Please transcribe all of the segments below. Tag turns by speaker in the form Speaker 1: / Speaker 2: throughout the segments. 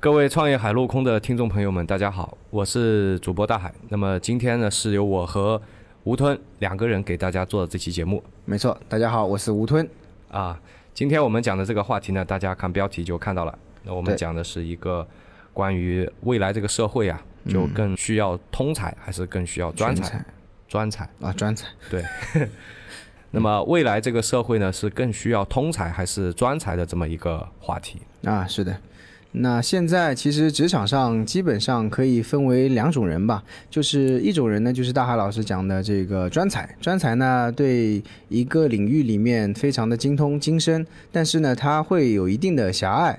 Speaker 1: 各位创业海陆空的听众朋友们，大家好，我是主播大海。那么今天呢，是由我和吴吞两个人给大家做的这期节目
Speaker 2: 没错，大家好，我是吴吞。
Speaker 1: 啊。今天我们讲的这个话题呢，大家看标题就看到了。那我们
Speaker 2: 对
Speaker 1: 讲的是一个关于未来这个社会啊，
Speaker 2: 嗯
Speaker 1: 就更需要通才还是更需要专
Speaker 2: 全
Speaker 1: 才？专才。
Speaker 2: 嗯啊，专才，
Speaker 1: 对。那么未来这个社会呢，是更需要通才还是专才的这么一个话题？
Speaker 2: 啊，是的。那现在其实职场上基本上可以分为两种人吧，就是一种人呢，就是大海老师讲的这个专才，专才呢对一个领域里面非常的精通精深，但是呢他会有一定的狭隘。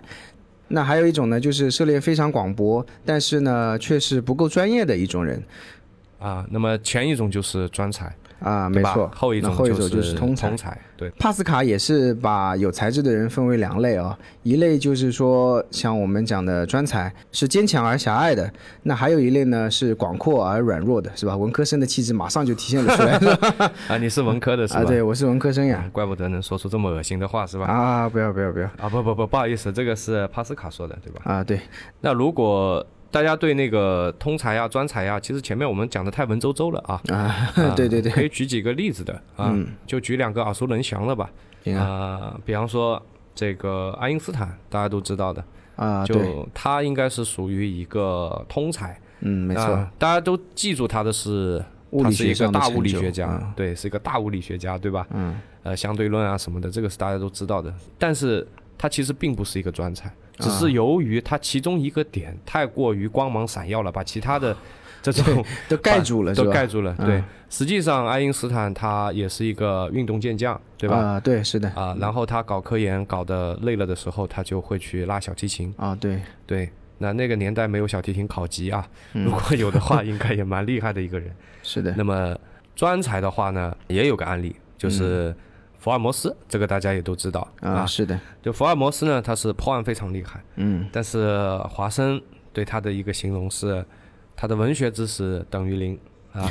Speaker 2: 那还有一种呢，就是涉猎非常广博，但是呢却是不够专业的一种人
Speaker 1: 啊，那么前一种就是专才，
Speaker 2: 啊，
Speaker 1: 对
Speaker 2: 没
Speaker 1: 吧
Speaker 2: 错。
Speaker 1: 后一
Speaker 2: 那
Speaker 1: 种
Speaker 2: 后一
Speaker 1: 就
Speaker 2: 种就是通才
Speaker 1: 才，对，
Speaker 2: 帕斯卡也是把有才智的人分为两类啊、一类就是说像我们讲的专才，是坚强而狭隘的；那还有一类呢是广阔而软弱的，是吧？文科生的气质马上就体现了出来是吧
Speaker 1: 啊， 你是文科的是吧？
Speaker 2: 啊！对，我是文科生呀
Speaker 1: 嗯，怪不得能说出这么恶心的话是吧？
Speaker 2: 啊！不要不要不要
Speaker 1: 啊，不不不，不好意思，这个是帕斯卡说的，对吧？
Speaker 2: 啊！对
Speaker 1: 那如果大家对那个通才啊、专才啊，其实前面我们讲的太文绉绉了啊，
Speaker 2: 啊，
Speaker 1: 啊
Speaker 2: 对对
Speaker 1: 可
Speaker 2: 嗯对，
Speaker 1: 以举几个例子的啊，就举两个耳熟能详的吧。
Speaker 2: 你看
Speaker 1: 啊、比方说这个爱因斯坦，大家都知道的，
Speaker 2: 啊，对，
Speaker 1: 就他应该是属于一个通才，
Speaker 2: 嗯，没错，
Speaker 1: 啊大家都记住他的是，
Speaker 2: 物
Speaker 1: 他
Speaker 2: 理
Speaker 1: 是一
Speaker 2: 学
Speaker 1: 个
Speaker 2: 上的
Speaker 1: 大
Speaker 2: 成
Speaker 1: 物理
Speaker 2: 就
Speaker 1: 学家，
Speaker 2: 嗯
Speaker 1: 对，是一个大物理学家，对吧？
Speaker 2: 嗯，
Speaker 1: 呃，相对论啊什么的，这个是大家都知道的，但是他其实并不是一个专才，只是
Speaker 2: 嗯
Speaker 1: 由于他其中一个点太过于光芒闪耀了，把其他 的这种
Speaker 2: 都盖住了是
Speaker 1: 都
Speaker 2: 吧？
Speaker 1: 盖住了。对
Speaker 2: 嗯，
Speaker 1: 实际上爱因斯坦他也是一个运动健将，对吧？
Speaker 2: 啊，对，是的
Speaker 1: 啊、然后他搞科研搞得累了的时候，他就会去拉小提琴。
Speaker 2: 啊，对，
Speaker 1: 对，那那个年代没有小提琴考级啊，
Speaker 2: 嗯
Speaker 1: 如果有的话，应该也蛮厉害的一个人。
Speaker 2: 是的，
Speaker 1: 那么专才的话呢，也有个案例，就是福尔摩斯，这个大家也都知道
Speaker 2: 嗯啊，。是的，
Speaker 1: 就福尔摩斯呢，他是破案非常厉害，
Speaker 2: 嗯，
Speaker 1: 但是华生对他的一个形容是，他的文学知识等于零 啊，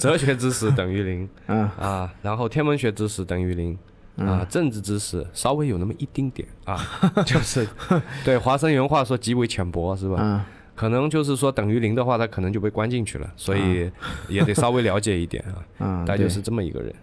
Speaker 1: 哲学知识等于零
Speaker 2: 啊，嗯
Speaker 1: 啊，然后天文学知识等于零。啊，政治知识稍微有那么一丁点啊， 就是对华生原话说极为浅薄，是吧？
Speaker 2: 啊，
Speaker 1: 可能就是说等于零的话，他可能就被关进去了，所以也得稍微了解一点啊。
Speaker 2: 啊，
Speaker 1: 大概
Speaker 2: 对
Speaker 1: 就是这么一个人。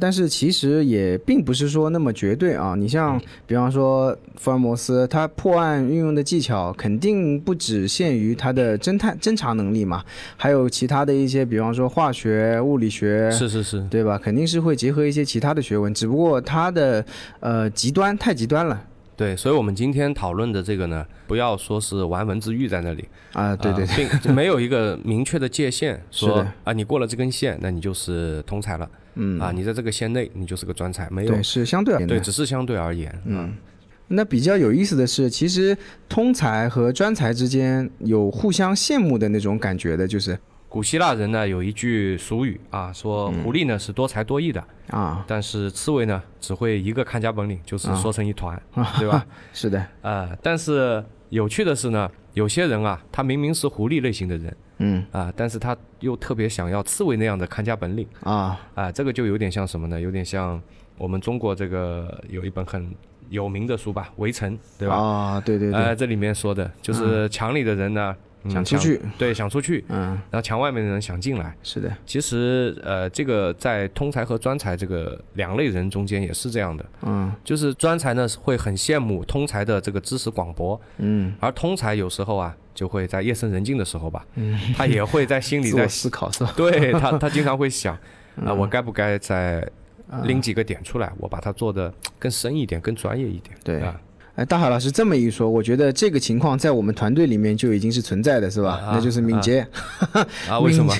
Speaker 2: 但是其实也并不是说那么绝对啊。你
Speaker 1: 嗯
Speaker 2: 像，比方说福尔摩斯，他破案运用的技巧肯定不只限于他的侦探侦查能力嘛，还有其他的一些，比方说化学、物理学，
Speaker 1: 是是是，
Speaker 2: 对吧？肯定是会结合一些其他的学问，只不过他的呃极端太极端了
Speaker 1: 对，所以我们今天讨论的这个呢，不要说是玩文字狱在那里，
Speaker 2: 啊。对对对，
Speaker 1: 对，并没有一个明确的界限，
Speaker 2: 是
Speaker 1: 说
Speaker 2: 的
Speaker 1: 啊，你过了这根线，那你就是通才了，
Speaker 2: 嗯，
Speaker 1: 啊，你在这个线内，你就是个专才，没有
Speaker 2: 对，是相对而言的
Speaker 1: 对，。只是相对而言，嗯，
Speaker 2: 那比较有意思的是，其实通才和专才之间有互相羡慕的那种感觉的，就是
Speaker 1: 古希腊人呢有一句俗语啊，说狐狸呢是多才多艺的，
Speaker 2: 嗯啊，
Speaker 1: 但是刺猬呢只会一个看家本领，就是缩成一团，对 吧？
Speaker 2: 是的，
Speaker 1: 啊，但是有趣的是呢，有些人啊，他明明是狐狸类型的人
Speaker 2: 嗯
Speaker 1: 啊，但是他又特别想要刺猬那样的看家本领
Speaker 2: 啊。
Speaker 1: 啊，这个就有点像什么呢？有点像我们中国这个有一本很有名的书吧，《围城》，对吧？
Speaker 2: 啊，对对对，
Speaker 1: 呃，这里面说的就是墙里的人呢、嗯
Speaker 2: 想出去，
Speaker 1: 对，想出去，
Speaker 2: 嗯，
Speaker 1: 然后墙外面的人想进来。
Speaker 2: 是的，
Speaker 1: 其实，呃，这个在通才和专才这个两类人中间也是这样的，
Speaker 2: 嗯
Speaker 1: 就是专才呢会很羡慕通才的这个知识广博，
Speaker 2: 嗯，
Speaker 1: 而通才有时候啊，就会在夜深人静的时候吧，
Speaker 2: 嗯
Speaker 1: 他也会在 心里
Speaker 2: 自我
Speaker 1: 在，
Speaker 2: 思考是吧？
Speaker 1: 对他，他经常会想，啊、
Speaker 2: 嗯
Speaker 1: 我该不该再
Speaker 2: 啊
Speaker 1: 拎几个点出来，我把它做的更深一点，更专业一点。
Speaker 2: 对
Speaker 1: 啊，
Speaker 2: 哎，大海老师这么一说，我觉得这个情况在我们团队里面就已经是存在的，是吧？那就是敏捷，
Speaker 1: 啊，为什么？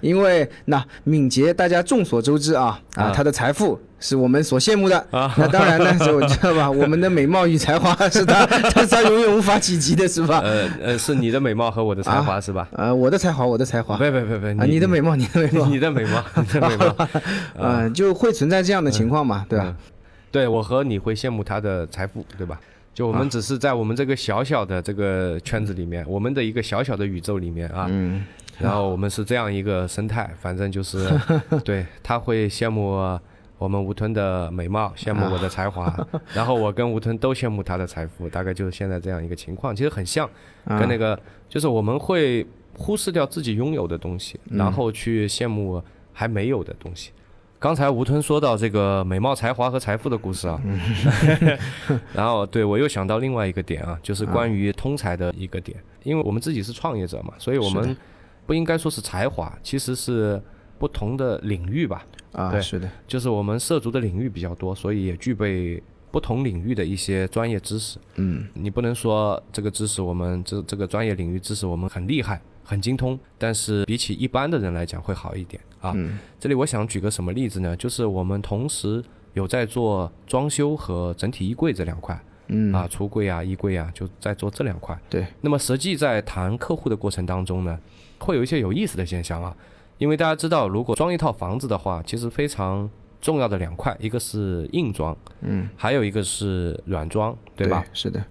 Speaker 2: 因为那敏捷大家众所周知啊啊，他的财富是我们所羡慕的啊。那当然呢， 是我知道吧？我们的美貌与才华是他，他 他永远无法企及的，是吧？
Speaker 1: 呃呃，是你的美貌和我的才华是吧？
Speaker 2: 呃，我的才华，我的才华
Speaker 1: 不不不不，
Speaker 2: 啊，你的美貌， 你的美 貌，
Speaker 1: 你的美貌，你的美貌，
Speaker 2: 嗯，就会存在这样的情况嘛，对吧？
Speaker 1: 对我和你会羡慕他的财富，对吧？就我
Speaker 2: 啊
Speaker 1: 们只是在我们这个小小的这个圈子里面，我们的一个小小的宇宙里面啊，
Speaker 2: 嗯，
Speaker 1: 然后我们是这样一个生态，反正就是，对他会羡慕我们吴吞的美貌，羡慕我的才华，然后我跟吴吞都羡慕他的财富，大概就是现在这样一个情况。其实很像，跟那个、就是我们会忽视掉自己拥有的东西，然后去羡慕还没有的东西。刚才吴吞说到这个美貌、才华和财富的故事啊， 然后对我又想到另外一个点啊，就是关于通才的一个点，因为我们自己是创业者嘛，所以我
Speaker 2: 是
Speaker 1: 们不应该说是才华，其实是不同的领域吧。
Speaker 2: 啊，
Speaker 1: 对
Speaker 2: 是的，
Speaker 1: 就是我们涉足的领域比较多，所以也具备不同领域的一些专业知识。
Speaker 2: 嗯，
Speaker 1: 你不能说这个知识我们这这个专业领域知识我们很厉害、很精通，但是比起一般的人来讲会好一点啊。
Speaker 2: 嗯
Speaker 1: 这里我想举个什么例子呢？就是我们同时有在做装修和整体衣柜这两块。
Speaker 2: 嗯
Speaker 1: 啊，橱柜啊、衣柜啊，就在做这两块。
Speaker 2: 对，
Speaker 1: 那么实际在谈客户的过程当中呢，会有一些有意思的现象啊，因为大家知道，如果装一套房子的话，其实非常重要的两块，一个是硬装，
Speaker 2: 嗯，
Speaker 1: 还有一个是软装，对吧？？
Speaker 2: 是的，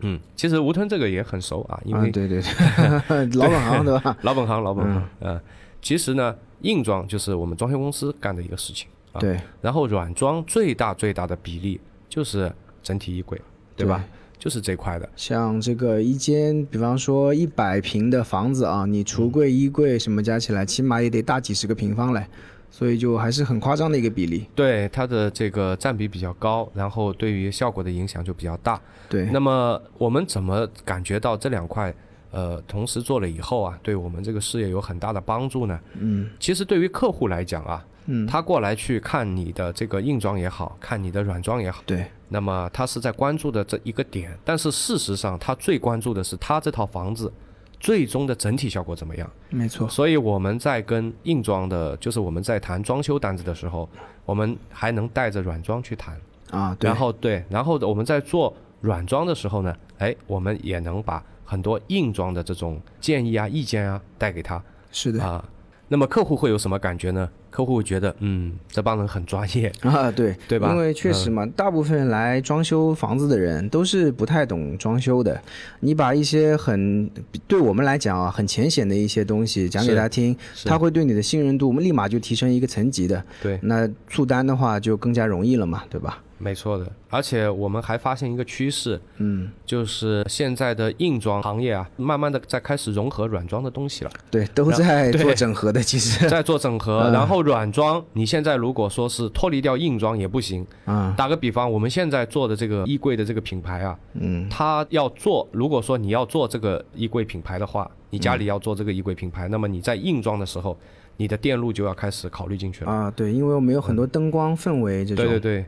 Speaker 1: 嗯，其实吴吞这个也很熟啊，因
Speaker 2: 啊，
Speaker 1: 为
Speaker 2: 对对 对，老本行对吧？
Speaker 1: 老本行，老本行。嗯、其实呢，硬装就是我们装修公司干的一个事情，啊
Speaker 2: 对，
Speaker 1: 然后软装最大最大的比例就是整体衣柜，对吧？就是这块的。
Speaker 2: 像这个一间，比方说一百平的房子啊，你橱柜、衣柜什么加起来，起码也得大几十个平方嘞，所以就还是很夸张的一个比例。
Speaker 1: 对它的这个占比比较高，然后对于效果的影响就比较大。
Speaker 2: 对，
Speaker 1: 那么我们怎么感觉到这两块呃同时做了以后啊，对我们这个事业有很大的帮助呢？
Speaker 2: 嗯
Speaker 1: 其实对于客户来讲啊，
Speaker 2: 嗯，
Speaker 1: 他过来去看你的这个硬装也好看你的软装也好，
Speaker 2: 对，
Speaker 1: 那么他是在关注的这一个点，但是事实上他最关注的是他这套房子最终的整体效果怎么样。
Speaker 2: 没错，
Speaker 1: 所以我们在跟硬装的，就是我们在谈装修单子的时候，我们还能带着软装去谈。
Speaker 2: 啊，对
Speaker 1: 然，后对，然后我们在做软装的时候呢，哎，我们也能把很多硬装的这种建议啊、意见啊带给他
Speaker 2: 是的。
Speaker 1: 啊。那么客户会有什么感觉呢？客户会觉得，嗯，这帮人很专业，
Speaker 2: 啊，对
Speaker 1: 对吧嗯
Speaker 2: 因为确实嘛，大部分来装修房子的人都是不太懂装修的。你把一些很对我们来讲啊很浅显的一些东西讲给
Speaker 1: 是
Speaker 2: 他听，
Speaker 1: 是
Speaker 2: 他会对你的信任度，我们立马就提升一个层级的。
Speaker 1: 对，
Speaker 2: 那促单的话就更加容易了嘛，对吧？
Speaker 1: 没错的。而且我们还发现一个趋势，
Speaker 2: 嗯，
Speaker 1: 就是现在的硬装行业啊，慢慢的在开始融合软装的东 西了。
Speaker 2: 对，都在做整合的，其实
Speaker 1: 在做整合，
Speaker 2: 嗯
Speaker 1: 然后软装，你现在如果说是脱离掉硬装也不行。
Speaker 2: 啊，
Speaker 1: 打个比方，我们现在做的这个衣柜的这个品牌啊，
Speaker 2: 嗯，
Speaker 1: 它要做，如果说你要做这个衣柜品牌的话，你家
Speaker 2: 嗯
Speaker 1: 里要做这个衣柜品牌，那么你在硬装的时候，你的电路就要开始考虑进去了。
Speaker 2: 啊，对，因为我们有很多灯光氛围这种，
Speaker 1: 对对对，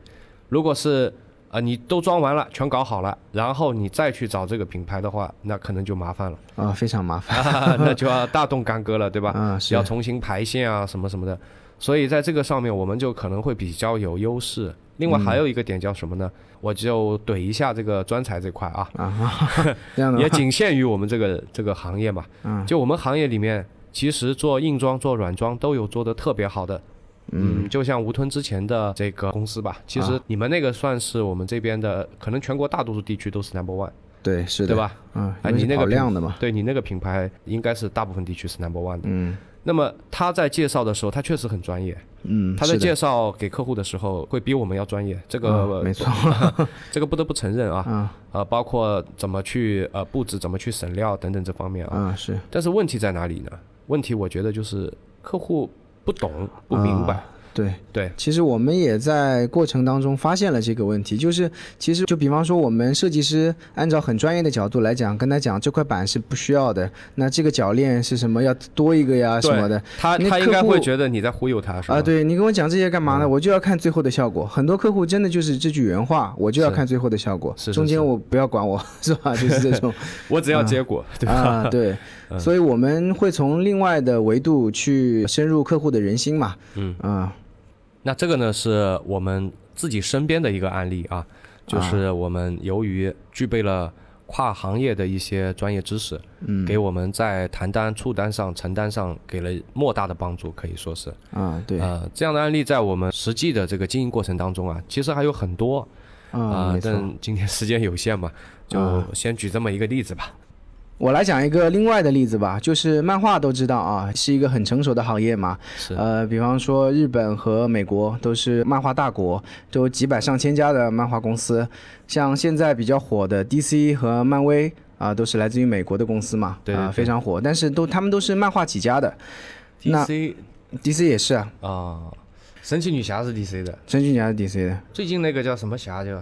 Speaker 1: 如果是呃你都装完了，全搞好了，然后你再去找这个品牌的话，那可能就麻 烦了，
Speaker 2: 啊，非常麻烦
Speaker 1: 啊、那就要大动干戈了，对吧？
Speaker 2: 啊，是
Speaker 1: 要重新排线啊什么什么的。所以在这个上面，我们就可能会比较有优势。另
Speaker 2: 嗯
Speaker 1: 外还有一个点叫什么呢？我就怼一下这个专才这块啊，
Speaker 2: 啊， 这样的
Speaker 1: 也仅限于我们这个 这个行业嘛。
Speaker 2: 嗯
Speaker 1: 就我们行业里面，其实做硬装、做软装都有做的特别好的。嗯，就像吴吞之前的这个公司
Speaker 2: 啊
Speaker 1: 吧，其实你们那个算是我们这边的，可能全国大多数地区都是 number one，
Speaker 2: 对是的，
Speaker 1: 对？吧？
Speaker 2: 啊，
Speaker 1: 哎
Speaker 2: 因为
Speaker 1: 你
Speaker 2: 是
Speaker 1: 那个
Speaker 2: 跑
Speaker 1: 品
Speaker 2: 量的嘛，
Speaker 1: 对你那个品牌，应该是大部分地区是 number one 的。
Speaker 2: 嗯
Speaker 1: 那么他在介绍的时候，他确实很专业，
Speaker 2: 嗯，
Speaker 1: 他在
Speaker 2: 是的
Speaker 1: 介绍给客户的时候，会比我们要专业，这
Speaker 2: 啊
Speaker 1: 个、
Speaker 2: 没错
Speaker 1: 这个不得不承认啊。
Speaker 2: 啊
Speaker 1: 呃，包括怎么去呃布置、怎么去省料等等这方面啊。
Speaker 2: 啊是
Speaker 1: 但是问题在哪里呢？问题我觉得就是客户不懂、不明白。
Speaker 2: 对。
Speaker 1: 对，
Speaker 2: 其实我们也在过程当中发现了这个问题，就是其实就比方说我们设计师按照很专业的角度来讲，跟他讲这块板是不需要的，那这个铰链是什么要多一个呀啊什么的，
Speaker 1: 他
Speaker 2: 那
Speaker 1: 他应
Speaker 2: 客
Speaker 1: 该
Speaker 2: 户
Speaker 1: 会觉得你在忽悠他，是吧？嗯
Speaker 2: 啊，对你跟我讲这些干嘛呢？我就要看最后的效果。很多客户真的就是这句原话，我就要
Speaker 1: 是
Speaker 2: 看最后的效果，
Speaker 1: 是是
Speaker 2: 中
Speaker 1: 是
Speaker 2: 间我不要管我， 是吧？就是这种
Speaker 1: 我只要
Speaker 2: 嗯
Speaker 1: 结果， 对吧？嗯
Speaker 2: 啊，对，所以我们会从另外的维度去深入客户的人心嘛。嗯啊，
Speaker 1: 那这个呢，是我们自己身边的一个案例啊，就是我们由于具备了跨行业的一些专业知识，
Speaker 2: 嗯
Speaker 1: 给我们在谈单、触单上、承单上给了莫大的帮助，可以说是。
Speaker 2: 啊，对啊，
Speaker 1: 呃，这样的案例在我们实际的这个经营过程当中啊，其实还有很多啊、
Speaker 2: 没错，
Speaker 1: 但今天时间有限嘛，就
Speaker 2: 啊
Speaker 1: 先举这么一个例子吧。
Speaker 2: 我来讲一个另外的例子吧，就是漫画都知道啊，是一个很成熟的行业嘛。
Speaker 1: 是
Speaker 2: 呃，比方说日本和美国都是漫画大国，都有几百上千家的漫画公司。像现在比较火的 DC 和漫威啊、都是来自于美国的公司嘛，
Speaker 1: 对对
Speaker 2: 啊、
Speaker 1: 对
Speaker 2: 非常火。但是都他们都是漫画起家的那
Speaker 1: DC
Speaker 2: ，DC 也是啊，
Speaker 1: 啊，神奇女侠是 DC 的，
Speaker 2: 神奇女侠是 DC 的，
Speaker 1: 最近那个叫什么侠就，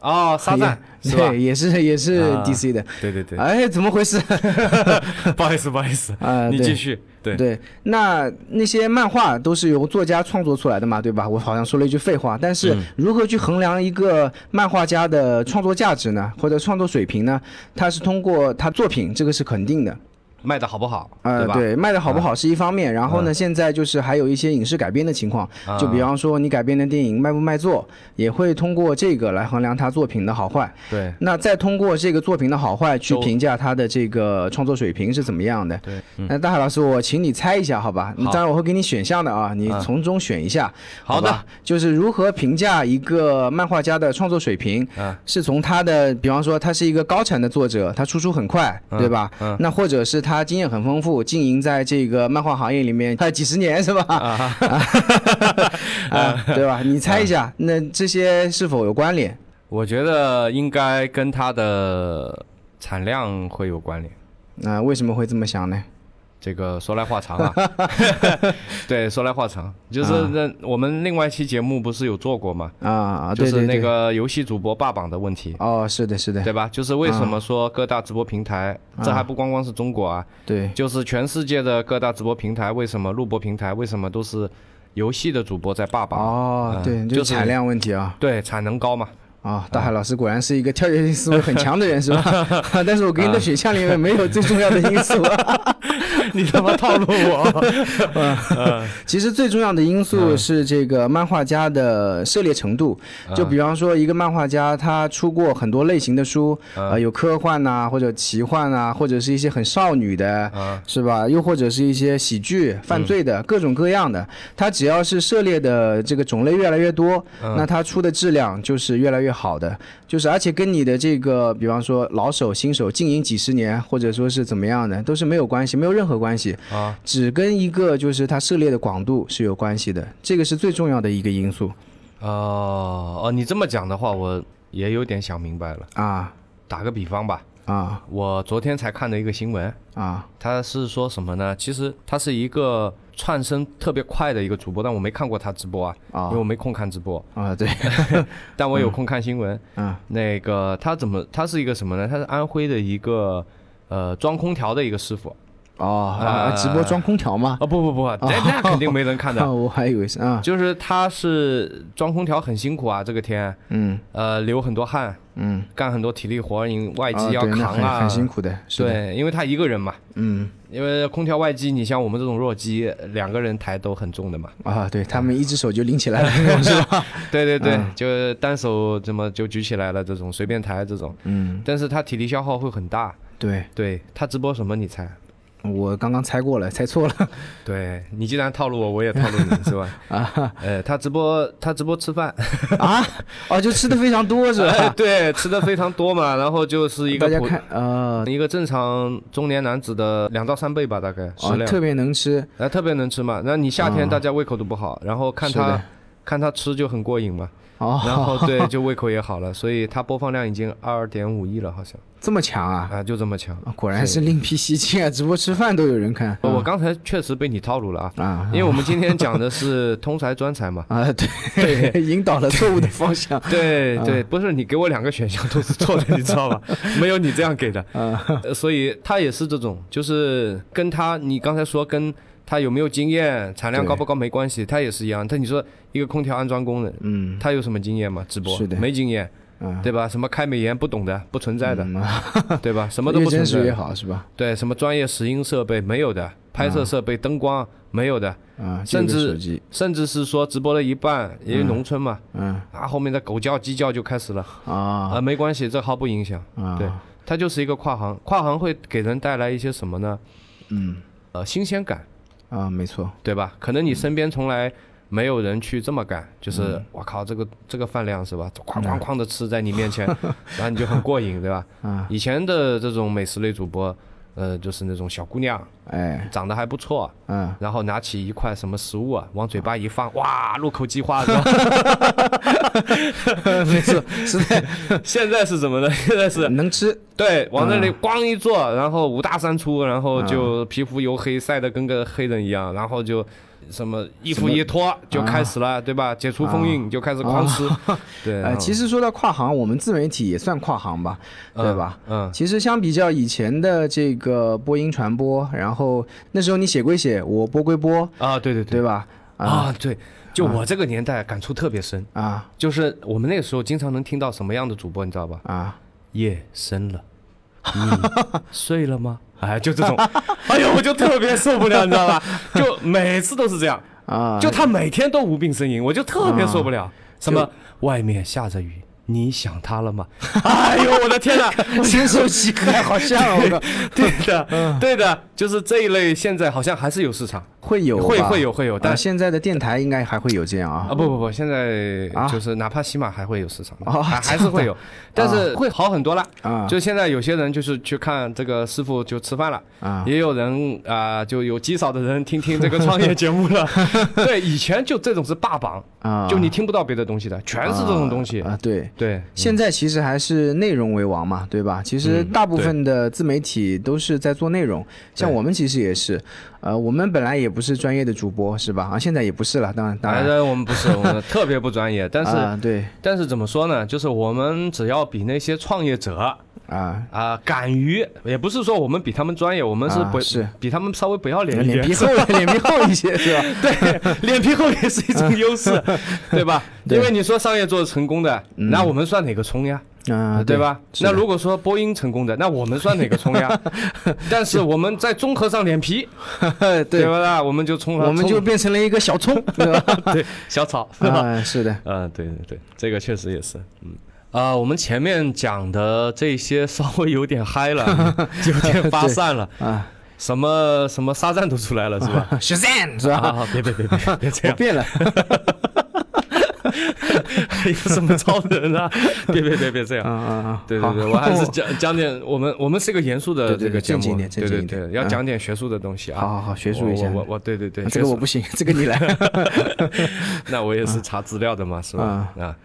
Speaker 1: 哦，沙
Speaker 2: 哎
Speaker 1: 赞是吧？
Speaker 2: 对，也是也是
Speaker 1: 啊
Speaker 2: DC 的。
Speaker 1: 对对对，
Speaker 2: 哎，怎么回事？
Speaker 1: 不好意思不好意思，
Speaker 2: 啊，
Speaker 1: 你
Speaker 2: 对
Speaker 1: 继续，对
Speaker 2: 对，那那些漫画都是由作家创作出来的嘛，对吧？我好像说了一句废话，但
Speaker 1: 嗯
Speaker 2: 是如何去衡量一个漫画家的创作价值呢，或者创作水平呢？他是通过他作品，这个是肯定的。
Speaker 1: 卖的好不好，
Speaker 2: 呃，
Speaker 1: 吧？嗯
Speaker 2: 对，卖的好不好是一方面，然后呢，现在就是还有一些影视改编的情况，
Speaker 1: 啊
Speaker 2: 就比方说你改编的电影卖不卖座，也会通过这个来衡量他作品的好坏。
Speaker 1: 对
Speaker 2: 那再通过这个作品的好坏去
Speaker 1: 都
Speaker 2: 评价他的这个创作水平是怎么样的？
Speaker 1: 对，嗯
Speaker 2: 那大海老师，我请你猜一下，好吧？
Speaker 1: 好嗯
Speaker 2: 当然我会给你选项的啊，你从中选一下。
Speaker 1: 好的
Speaker 2: 吧，就是如何评价一个漫画家的创作水平，
Speaker 1: 嗯
Speaker 2: 是从他的，比方说他是一个高产的作者，他输出很快，对吧？
Speaker 1: 嗯
Speaker 2: 那或者是他经验很丰富，经营在这个漫画行业里面，他几十年是吧？啊， 对吧？你猜一下，
Speaker 1: 嗯
Speaker 2: 那这些是否有关联？
Speaker 1: 我觉得应该跟它的产量会有关联。
Speaker 2: 那、啊为什么会这么想呢？
Speaker 1: 这个说来话长 啊，对，说来话长，就是那我们另外一期节目不是有做过嘛，
Speaker 2: 啊，
Speaker 1: 就
Speaker 2: 对
Speaker 1: 是
Speaker 2: 对对，
Speaker 1: 那个游戏主播霸榜的问题，
Speaker 2: 哦，是的，是的，
Speaker 1: 对吧？就是为什么说各大直播平台，
Speaker 2: 啊
Speaker 1: 这还不光光是中国啊，
Speaker 2: 对，
Speaker 1: 就是全世界的各大直播平台，为什么录播平台为什么都是游戏的主播在霸榜？
Speaker 2: 哦，
Speaker 1: 嗯
Speaker 2: 对，
Speaker 1: 就是嗯
Speaker 2: 是产量问题啊。
Speaker 1: 对，产能高嘛，
Speaker 2: 啊，大海老师果然是一个跳跃性思维很强的人，是吧？啊但是我给你的
Speaker 1: 嗯
Speaker 2: 选项里面没有最重要的因素。
Speaker 1: 你他妈套路 我！
Speaker 2: 嗯
Speaker 1: 嗯
Speaker 2: 其实最重要的因素是这个漫画家的涉猎程度。
Speaker 1: 嗯
Speaker 2: 就比方说，一个漫画家他出过很多类型的书，
Speaker 1: 嗯
Speaker 2: 呃，有科幻呐、或者奇幻呐、或者是一些很少女
Speaker 1: 嗯
Speaker 2: 的，是吧？又或者是一些喜剧、犯罪的、各种各样的。他只要是涉猎的这个种类越来越多，
Speaker 1: 嗯
Speaker 2: 那他出的质量就是越来越好的。就是而且跟你的这个，比方说老手、新手经营几十年，或者说是怎么样的，都是没有关系，没有任何关系。
Speaker 1: 啊，
Speaker 2: 只跟一个就是它涉猎的广度是有关系的，这个是最重要的一个因素
Speaker 1: 哦哦，你这么讲的话，我也有点想明白了。
Speaker 2: 啊
Speaker 1: 打个比方吧，
Speaker 2: 啊
Speaker 1: 我昨天才看的一个新闻，
Speaker 2: 啊
Speaker 1: 他是说什么呢？其实他是一个窜升特别快的一个主播，但我没看过他直播啊，因为
Speaker 2: 啊
Speaker 1: 我没空看直播，
Speaker 2: 啊！对，
Speaker 1: 但我有空看新闻。
Speaker 2: 嗯
Speaker 1: 那个他怎么？他是一个什么呢？他是安徽的一个呃装空调的一个师傅
Speaker 2: 哦，啊
Speaker 1: 啊
Speaker 2: 直播装空调吗？
Speaker 1: 啊，不不
Speaker 2: 哦
Speaker 1: 不，那那肯定没人看
Speaker 2: 啊，
Speaker 1: 的。
Speaker 2: 我还以为是啊，
Speaker 1: 就是他是装空调很辛苦啊，这个天，
Speaker 2: 嗯
Speaker 1: 呃，流很多汗，
Speaker 2: 嗯，
Speaker 1: 干很多体力活，你外
Speaker 2: 啊
Speaker 1: 机要
Speaker 2: 对那
Speaker 1: 扛
Speaker 2: 很
Speaker 1: 啊，
Speaker 2: 很辛苦的，是的，
Speaker 1: 对，因为他一个人嘛，
Speaker 2: 嗯
Speaker 1: 因为空调外机，你像我们这种弱鸡，两个人抬都很重的 嘛。
Speaker 2: 啊，对他们一只手就拎起来了那
Speaker 1: 嗯
Speaker 2: 种，是吧？
Speaker 1: 对对对，
Speaker 2: 嗯
Speaker 1: 就单手怎么就举起来了，这种随便抬这种，
Speaker 2: 嗯，
Speaker 1: 但是他体力消耗会很大。
Speaker 2: 对
Speaker 1: 对他直播什么？你猜？
Speaker 2: 我刚刚猜过了，猜错了
Speaker 1: 对你既然套路我，我也套路你是吧？
Speaker 2: 啊
Speaker 1: 呃，他直播他直播吃饭，
Speaker 2: 啊哦，就吃的非常多 是
Speaker 1: 哎
Speaker 2: 吧？
Speaker 1: 对，吃的非常多嘛，然后就是一
Speaker 2: 大
Speaker 1: 个
Speaker 2: 家
Speaker 1: 普
Speaker 2: 看啊，
Speaker 1: 一个正常中年男子的两到三倍吧，大概食
Speaker 2: 哦
Speaker 1: 量。
Speaker 2: 特别能吃，
Speaker 1: 啊，特别能吃嘛。那你夏天大家胃口都不好，然后看
Speaker 2: 啊是的
Speaker 1: 他看他吃就很过瘾嘛，然
Speaker 2: 哦，
Speaker 1: 后对 就胃口也好了，所以他播放量已经二点五亿了，好像
Speaker 2: 这么强啊！
Speaker 1: 啊，就这么强。
Speaker 2: 啊果然是另辟蹊径啊！ 直播吃饭都有人看。
Speaker 1: 我刚才确实被你套路了啊，
Speaker 2: 啊
Speaker 1: 因为我们今天讲的是通才专才 嘛。
Speaker 2: 啊，对， 引导了错误的 方向
Speaker 1: 嗯对
Speaker 2: 嗯
Speaker 1: 对，不是你给我两个选项都是错的，你知道 吧？没有你这样给的，
Speaker 2: 啊
Speaker 1: 呃所以他也是这种，就是跟他你刚才说跟他有没有经验、产量
Speaker 2: 对
Speaker 1: 高不高没关系，他也是一样。但你说一个空调安装工人，
Speaker 2: 嗯
Speaker 1: 他有什么经验吗？直播
Speaker 2: 是的
Speaker 1: 没经验，
Speaker 2: 啊，
Speaker 1: 对吧？什么开美颜不懂的，不存在的，
Speaker 2: 嗯啊
Speaker 1: 对吧？什么都不
Speaker 2: 越
Speaker 1: 存
Speaker 2: 真实
Speaker 1: 在
Speaker 2: 越
Speaker 1: 的，
Speaker 2: 好是吧？
Speaker 1: 对，什么专业拾音设备没有的，拍摄设备、灯光没有的，
Speaker 2: 啊，
Speaker 1: 甚
Speaker 2: 这个
Speaker 1: 至
Speaker 2: 手机，
Speaker 1: 甚至是说直播了一半，也有农村嘛，
Speaker 2: 嗯
Speaker 1: 啊，后面的狗叫、鸡叫就开始了
Speaker 2: 啊
Speaker 1: 啊，没关系，这毫不影响。
Speaker 2: 啊，
Speaker 1: 对，它就是一个跨行，跨行会给人带来一些什么呢？
Speaker 2: 嗯
Speaker 1: 呃，新鲜感，
Speaker 2: 啊，没错，
Speaker 1: 对吧？可能你身边从来没有人去这么干，
Speaker 2: 嗯
Speaker 1: 就是我靠，这个这个饭量是吧？哐哐 哐的吃在你面前，然后你就很过瘾，对吧？
Speaker 2: 啊
Speaker 1: 以前的这种美食类主播，呃，就是那种小姑娘，
Speaker 2: 哎，
Speaker 1: 长得还不错，
Speaker 2: 嗯，
Speaker 1: 然后拿起一块什么食物啊，往嘴巴一放，哇，入口即 化，是吧？
Speaker 2: 没错，实在
Speaker 1: 现在是怎么的？现在是
Speaker 2: 能吃，
Speaker 1: 对，往那里咣一坐，然后五大三粗，然后就皮肤黝黑，晒得跟个黑人一样，然后就什么衣服一脱就开始了，对吧？解除封印就开始狂吃，对。嗯
Speaker 2: 呃，其
Speaker 1: 实
Speaker 2: 实说到跨行，我们自媒体也算跨行吧，对吧？？
Speaker 1: 嗯，
Speaker 2: 其实相比较以前的这个播音传播，然后那时候你写归写，我播归播，
Speaker 1: 啊，对对对，
Speaker 2: 对吧？啊
Speaker 1: 啊，对，就我这个年代感触特别深，
Speaker 2: 啊
Speaker 1: 就是我们那个时候经常能听到什么样的主播，你知道吧？
Speaker 2: 啊！
Speaker 1: 夜深了，你睡了吗？哎，就这种，哎呦，我就特别受不了，你知道吧？就每次都是这样，
Speaker 2: 啊，
Speaker 1: 就他每天都无病呻吟，我就特别受不了。什么外面下着雨，你想他了吗？ 哎呦，我的天 哪！
Speaker 2: 深受其害，好像 我靠
Speaker 1: 对
Speaker 2: 嗯
Speaker 1: 的，对的，就是这一类，现在好像还是有市场
Speaker 2: 会有
Speaker 1: 会
Speaker 2: 吧
Speaker 1: 会有会有
Speaker 2: 呃
Speaker 1: 但
Speaker 2: 现在的电台应该还会有这样啊
Speaker 1: 啊！不不不，现在
Speaker 2: 啊
Speaker 1: 就是哪怕喜马还会有市场的，
Speaker 2: 哦
Speaker 1: 还还是会有，但是会好很多啦。
Speaker 2: 啊
Speaker 1: 就现在有些人就是去看这个师傅就吃饭了，
Speaker 2: 啊
Speaker 1: 也有人啊、就有极少的人听听这个创业节目 了。对，以前就这种是霸榜，
Speaker 2: 啊！
Speaker 1: 就你听不到别的东西的，全是这种东西。
Speaker 2: 啊，对。
Speaker 1: 对，
Speaker 2: 现在其实还是内容为王嘛，对吧？其
Speaker 1: 嗯
Speaker 2: 实大部分的自媒体都是在做内容，像我们其实也是，呃，我们本来也不是专业的主播，是吧？啊，现在也不是了，当然，当
Speaker 1: 当
Speaker 2: 然，
Speaker 1: 哎然我们不 是，我们特别不专业，但是、
Speaker 2: 啊，对
Speaker 1: 但是怎么说呢？就是我们只要比那些创业者啊、
Speaker 2: 啊，
Speaker 1: 敢于，也不是说我们比他们专业，我们是
Speaker 2: 啊
Speaker 1: 不、
Speaker 2: 是
Speaker 1: 比他们稍微不要脸一点
Speaker 2: 脸皮厚， 脸皮厚一些，是吧？
Speaker 1: 对，脸皮厚也是一种优势， 对吧？
Speaker 2: 对嗯
Speaker 1: 因为你说商业做得成功的，那我们算哪个冲呀？
Speaker 2: 啊，
Speaker 1: 对？吧？
Speaker 2: 是的
Speaker 1: 那如果说播音成功的，那我们算哪个冲 呀？但是我们在综合上脸皮，对
Speaker 2: 对，
Speaker 1: 吧？我们就冲了，
Speaker 2: 我们就变成了一个小 葱，对吧？
Speaker 1: 冲对小草，是吧？
Speaker 2: 啊，是的，
Speaker 1: 啊，对对对，这个确实也是，嗯。啊、我们前面讲的这些稍微有点嗨了，有点发散了，
Speaker 2: 啊
Speaker 1: 什么什么沙赞都出来了是 吧？
Speaker 2: ，Shazam 是吧？
Speaker 1: 啊，别别别 别别这
Speaker 2: 我
Speaker 1: 样，
Speaker 2: 变了，
Speaker 1: 有什么超人啊？ 别别别别这
Speaker 2: 啊
Speaker 1: 样。
Speaker 2: 啊 啊！
Speaker 1: 对对
Speaker 2: 好
Speaker 1: 对，我还是讲讲点我们我们是个严肃的
Speaker 2: 对对
Speaker 1: 这个
Speaker 2: 对
Speaker 1: 节目，
Speaker 2: 正经一点
Speaker 1: 对
Speaker 2: 正经
Speaker 1: 对
Speaker 2: 一点
Speaker 1: 对，要
Speaker 2: 嗯
Speaker 1: 讲点学术的东西啊。
Speaker 2: 好好好学术一下啊
Speaker 1: 我我我对对对，学
Speaker 2: 这个
Speaker 1: 术
Speaker 2: 我不行，这 个你来
Speaker 1: 那我也是查资料的嘛，是吧？啊，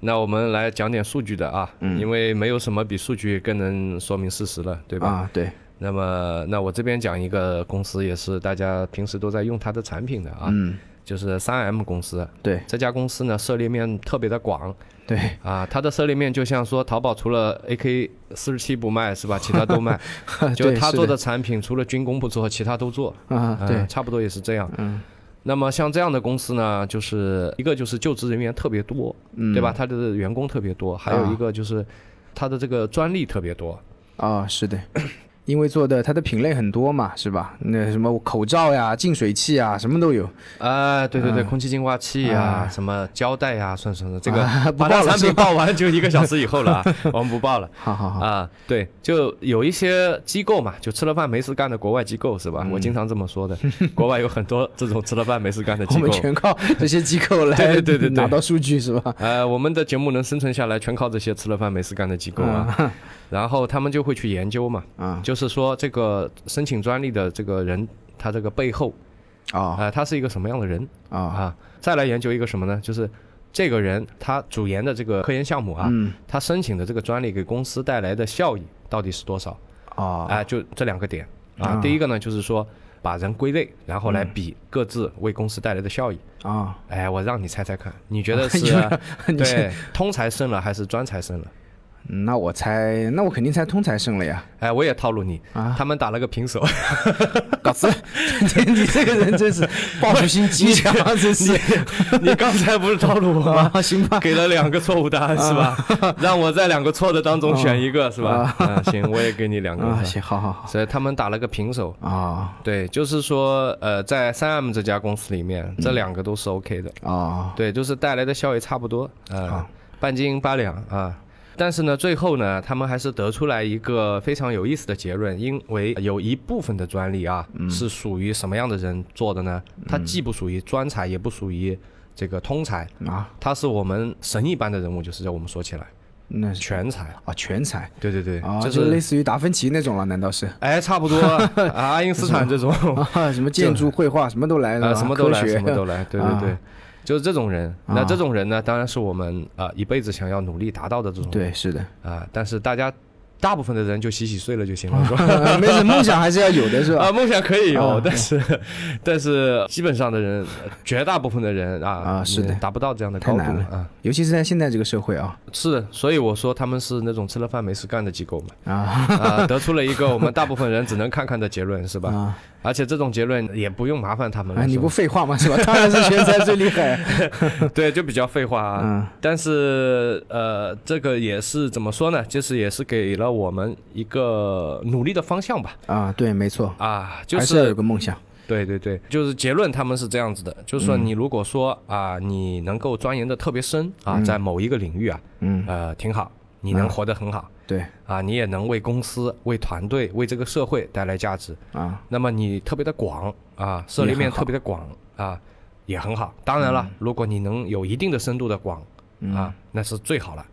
Speaker 1: 那我们来讲点数据的啊，
Speaker 2: 嗯
Speaker 1: 因为没有什么比数据更能说明事实了，对吧？
Speaker 2: 啊，对，
Speaker 1: 那么那我这边讲一个公司，也是大家平时都在用它的产品的啊，
Speaker 2: 嗯，
Speaker 1: 就是三 M 公司。
Speaker 2: 对
Speaker 1: 这家公司呢，涉猎面特别的广，
Speaker 2: 对，
Speaker 1: 啊，它的涉猎面就像说淘宝除了 AK 四十七不卖是吧，其他都 卖，就
Speaker 2: 对
Speaker 1: 它
Speaker 2: 是
Speaker 1: 做
Speaker 2: 的
Speaker 1: 的产品除了军工不做，其他都做，
Speaker 2: 啊
Speaker 1: 嗯
Speaker 2: 对，
Speaker 1: 差不多也是这样。嗯，那么像这样的公司呢，就是一个就是就职人员特别多，对吧？它的员工特别多，还有一个就是它的这个专利特别多。
Speaker 2: 啊，是的，因为做的它的品类很多嘛，是吧？那什么口罩呀、净水器啊，什么都有。
Speaker 1: 啊，对对对，空气净化器啊，什么胶带呀，算算算，这个
Speaker 2: 不
Speaker 1: 把
Speaker 2: 报
Speaker 1: 它
Speaker 2: 了
Speaker 1: 产
Speaker 2: 是
Speaker 1: 品报完就一个小时以后 了，啊，我们不报了。
Speaker 2: 好好好，
Speaker 1: 啊，对，就有一些机构嘛，就吃了饭没事干的国外机构是吧？
Speaker 2: 嗯
Speaker 1: 我经常这么说的， 国外有很多这种吃了饭没事干的
Speaker 2: 我
Speaker 1: 机构
Speaker 2: 们。全靠这些机构来
Speaker 1: 对对对对对
Speaker 2: 拿到数据是吧？
Speaker 1: 呃，我们的节目能生存下来，全靠这些吃了饭没事干的机构啊。 然后他们就会去研究嘛，
Speaker 2: 啊
Speaker 1: 就是说这个申请专利的这个人，他这个背后，
Speaker 2: 啊
Speaker 1: 啊，他是一个什么样的人
Speaker 2: 啊
Speaker 1: 啊？再来研究一个什么呢？就是这个人他主研的这个科研项目啊，
Speaker 2: 嗯
Speaker 1: 他申请的这个专利给公司带来的效益到底是多少？
Speaker 2: 啊
Speaker 1: 啊，就这两个点啊。第一个呢，就是说把人归类，然后来比各自为公司带来的效益。
Speaker 2: 啊！
Speaker 1: 哎，我让你猜猜看， 你觉得
Speaker 2: 你
Speaker 1: 是啊
Speaker 2: 让你
Speaker 1: 对通才胜了还是专才胜了？
Speaker 2: 那我猜，那我肯定猜通才胜了呀！
Speaker 1: 哎，我也套路你，他们打了个平手。
Speaker 2: 搞死， 你你这个人真是报复心极强，真是
Speaker 1: 你刚才不是套路我吗？
Speaker 2: 啊！行吧，
Speaker 1: 给了两个错误答案是吧？ 让我在两个错的当中选一个是吧？啊，行，我也给你两
Speaker 2: 啊，
Speaker 1: 个。
Speaker 2: 行，好好好
Speaker 1: 所以他们打了个平手。
Speaker 2: 啊
Speaker 1: 对，就是说，呃，在三 M 这家公司里面，这两个都是 OK 的。
Speaker 2: 啊
Speaker 1: 对，就是带来的效益差不多，
Speaker 2: 哎
Speaker 1: 呃，半斤八两啊。但是呢，最后呢，他们还是得出来一个非常有意思的结论，因为有一部分的专利啊，
Speaker 2: 嗯
Speaker 1: 是属于什么样的人做的呢？它既不属于专才，也不属于这个通才，
Speaker 2: 啊
Speaker 1: 它是我们神一般的人物，就是要我们说起来，
Speaker 2: 那是
Speaker 1: 全才。
Speaker 2: 啊，全才
Speaker 1: 对对对，
Speaker 2: 啊，
Speaker 1: 就
Speaker 2: 就是类
Speaker 1: 是
Speaker 2: 似于达芬奇那种了，难道是？
Speaker 1: 哎，差 不多啊爱因斯坦这种
Speaker 2: 啊， 什么建筑、绘画什么都来了，
Speaker 1: 啊，什么都来，
Speaker 2: 哎科学
Speaker 1: 什么都来，对对对
Speaker 2: 啊，
Speaker 1: 就是这种人。
Speaker 2: 啊
Speaker 1: 那这种人呢，当然是我们啊一辈子想要努力达到的这种
Speaker 2: 对，是的，
Speaker 1: 啊，但是大家大部分的人就洗洗睡了就行
Speaker 2: 嗯
Speaker 1: 了，是 吧？
Speaker 2: 没事，梦想还是要有的，是吧？
Speaker 1: 啊，梦想可以
Speaker 2: 啊
Speaker 1: 有，但是 但是基本上的人，呃绝大部分的人啊
Speaker 2: 啊是的
Speaker 1: 你达不到这样的
Speaker 2: 太
Speaker 1: 高度
Speaker 2: 难了
Speaker 1: 啊。
Speaker 2: 尤其是在现在这个社会啊，
Speaker 1: 是的，所以我说他们是那种吃了饭没事干的机构嘛，
Speaker 2: 啊
Speaker 1: 啊，得出了一个我们大部分人只能看看的结论，是吧？
Speaker 2: 啊，
Speaker 1: 而且这种结论也不用麻烦他们
Speaker 2: 哎，
Speaker 1: 了，
Speaker 2: 你
Speaker 1: 是吧
Speaker 2: 不废话吗？是吧？当然是全才最厉害，
Speaker 1: 对，就比较废话啊。
Speaker 2: 嗯
Speaker 1: 但是呃，这个也是怎么说呢？就是也是给了我们一个努力的方向吧。
Speaker 2: 啊，对，没错，
Speaker 1: 啊， 就
Speaker 2: 还
Speaker 1: 是
Speaker 2: 是要有个梦想，
Speaker 1: 对对对，嗯就是结论他们是这样子的，就是说你如果说啊，你能够钻研的特别深啊，在某一个领域啊，
Speaker 2: 嗯，
Speaker 1: 呃，挺好，你能活得很好
Speaker 2: 对
Speaker 1: 啊，你也能为公司、为团队、为这个社会带来价值。
Speaker 2: 啊，
Speaker 1: 那么你特别的广啊，涉猎面特别的广啊，也嗯很好。当然了，如果你能有一定的深度的广啊，那是最好了。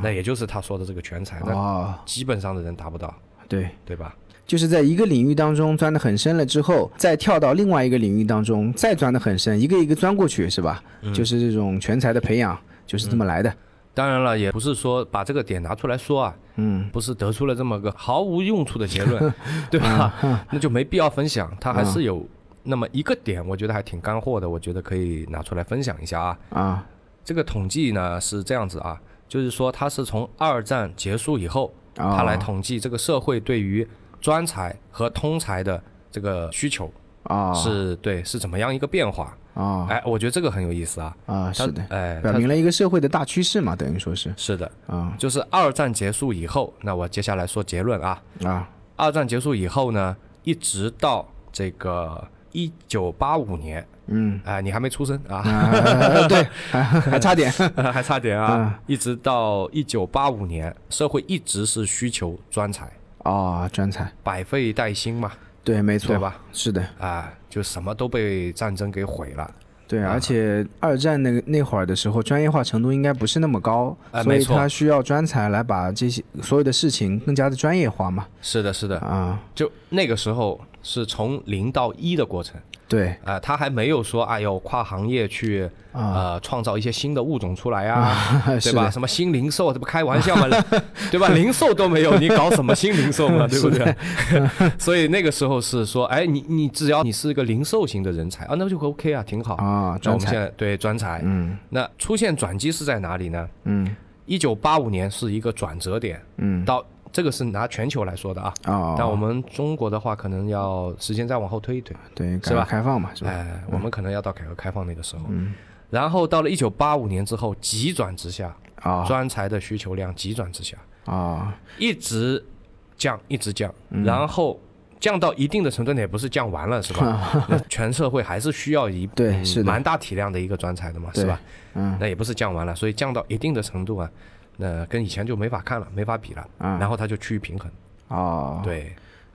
Speaker 1: 那也就是他说的这个全才，那
Speaker 2: 哦，
Speaker 1: 基本上的人达不到，
Speaker 2: 对。
Speaker 1: 对吧？
Speaker 2: 就是在一个领域当中钻得很深了之后，再跳到另外一个领域当中，再钻得很深，一个一个钻过去，是吧？
Speaker 1: 嗯
Speaker 2: 就是这种全才的培养，就是这么来的。
Speaker 1: 当然了，也不是说把这个点拿出来说啊，
Speaker 2: 嗯，
Speaker 1: 不是得出了这么个毫无用处的结论，对吧？那就没必要分享，它还是有那么一个点，我觉得还挺干货的，我觉得可以拿出来分享一下啊。
Speaker 2: 啊，
Speaker 1: 这个统计呢是这样子啊，就是说它是从二战结束以后，
Speaker 2: 哦
Speaker 1: 它来统计这个社会对于专才和通才的这个需求
Speaker 2: 啊，
Speaker 1: 是对是怎么样一个变化？
Speaker 2: 啊
Speaker 1: 哎，我觉得这个很有意思啊。
Speaker 2: 啊，
Speaker 1: 它
Speaker 2: 是的，
Speaker 1: 哎，
Speaker 2: 表
Speaker 1: 它
Speaker 2: 明了一个社会的大趋势嘛，等于说是
Speaker 1: 是的，
Speaker 2: 啊
Speaker 1: 就是二战结束以后，那我接下来说结论啊。
Speaker 2: 啊
Speaker 1: 二战结束以后呢，一直到这个一九八五年，
Speaker 2: 嗯
Speaker 1: 啊、你还没出生啊，
Speaker 2: 啊，对，还还差 点
Speaker 1: 还差点啊，一直到一九八五年，社会一直是需求专才，
Speaker 2: 啊，专才，
Speaker 1: 百废待兴嘛，
Speaker 2: 对，没错，
Speaker 1: 对？吧？
Speaker 2: 是的，
Speaker 1: 啊、就什么都被战争给毁了。
Speaker 2: 对，而且二战那个那会儿的时候，专业化程度应该不是那么高，
Speaker 1: 哎
Speaker 2: 所
Speaker 1: 没
Speaker 2: 以
Speaker 1: 错
Speaker 2: 他需要专才来把这些所有的事情更加的专业化嘛。
Speaker 1: 是的，是的，
Speaker 2: 啊，
Speaker 1: 就那个时候是从零到一的过程，
Speaker 2: 对
Speaker 1: 啊、他还没有说，哎呦，跨行业去
Speaker 2: 啊，
Speaker 1: 呃创造一些新的物种出来啊，对
Speaker 2: 是
Speaker 1: 吧？
Speaker 2: 的，
Speaker 1: 什么新零售，这不开玩 笑吗？对吧？零售都没有，你搞什么新零售嘛？对不对？ 所以那个时候是说，哎，你你只要你是一个零售型的人才啊，那就 OK 啊，挺好。
Speaker 2: 啊，
Speaker 1: 那我
Speaker 2: 专
Speaker 1: 们
Speaker 2: 才，
Speaker 1: 现在对专才，
Speaker 2: 嗯
Speaker 1: 那出现转机是在哪里呢？
Speaker 2: 嗯
Speaker 1: 一九八五年是一个转折点，
Speaker 2: 嗯，
Speaker 1: 到这个是拿全球来说的啊。
Speaker 2: 啊，
Speaker 1: 但我们中国的话，可能要时间再往后推一推，
Speaker 2: 对改
Speaker 1: 是吧
Speaker 2: 革开放嘛，是吧？嗯
Speaker 1: 哎，我们可能要到改革开放那个时候。然后到了一九八五年之后，急转直下，
Speaker 2: 啊
Speaker 1: 专才的需求量急转直下。
Speaker 2: 啊
Speaker 1: 一直降，一直降，
Speaker 2: 嗯
Speaker 1: 然后降到一定的程度，那也不是降完了是 吧？那全社会还是需要一
Speaker 2: 对
Speaker 1: 嗯
Speaker 2: 是的
Speaker 1: 蛮大体量的一个专才的嘛，
Speaker 2: 对
Speaker 1: 是吧？
Speaker 2: 嗯，
Speaker 1: 那也不是降完了，所以降到一定的程度啊，那跟以前就没法看了，没法比了，
Speaker 2: 嗯
Speaker 1: 然后它就趋于平衡，
Speaker 2: 啊，
Speaker 1: 对，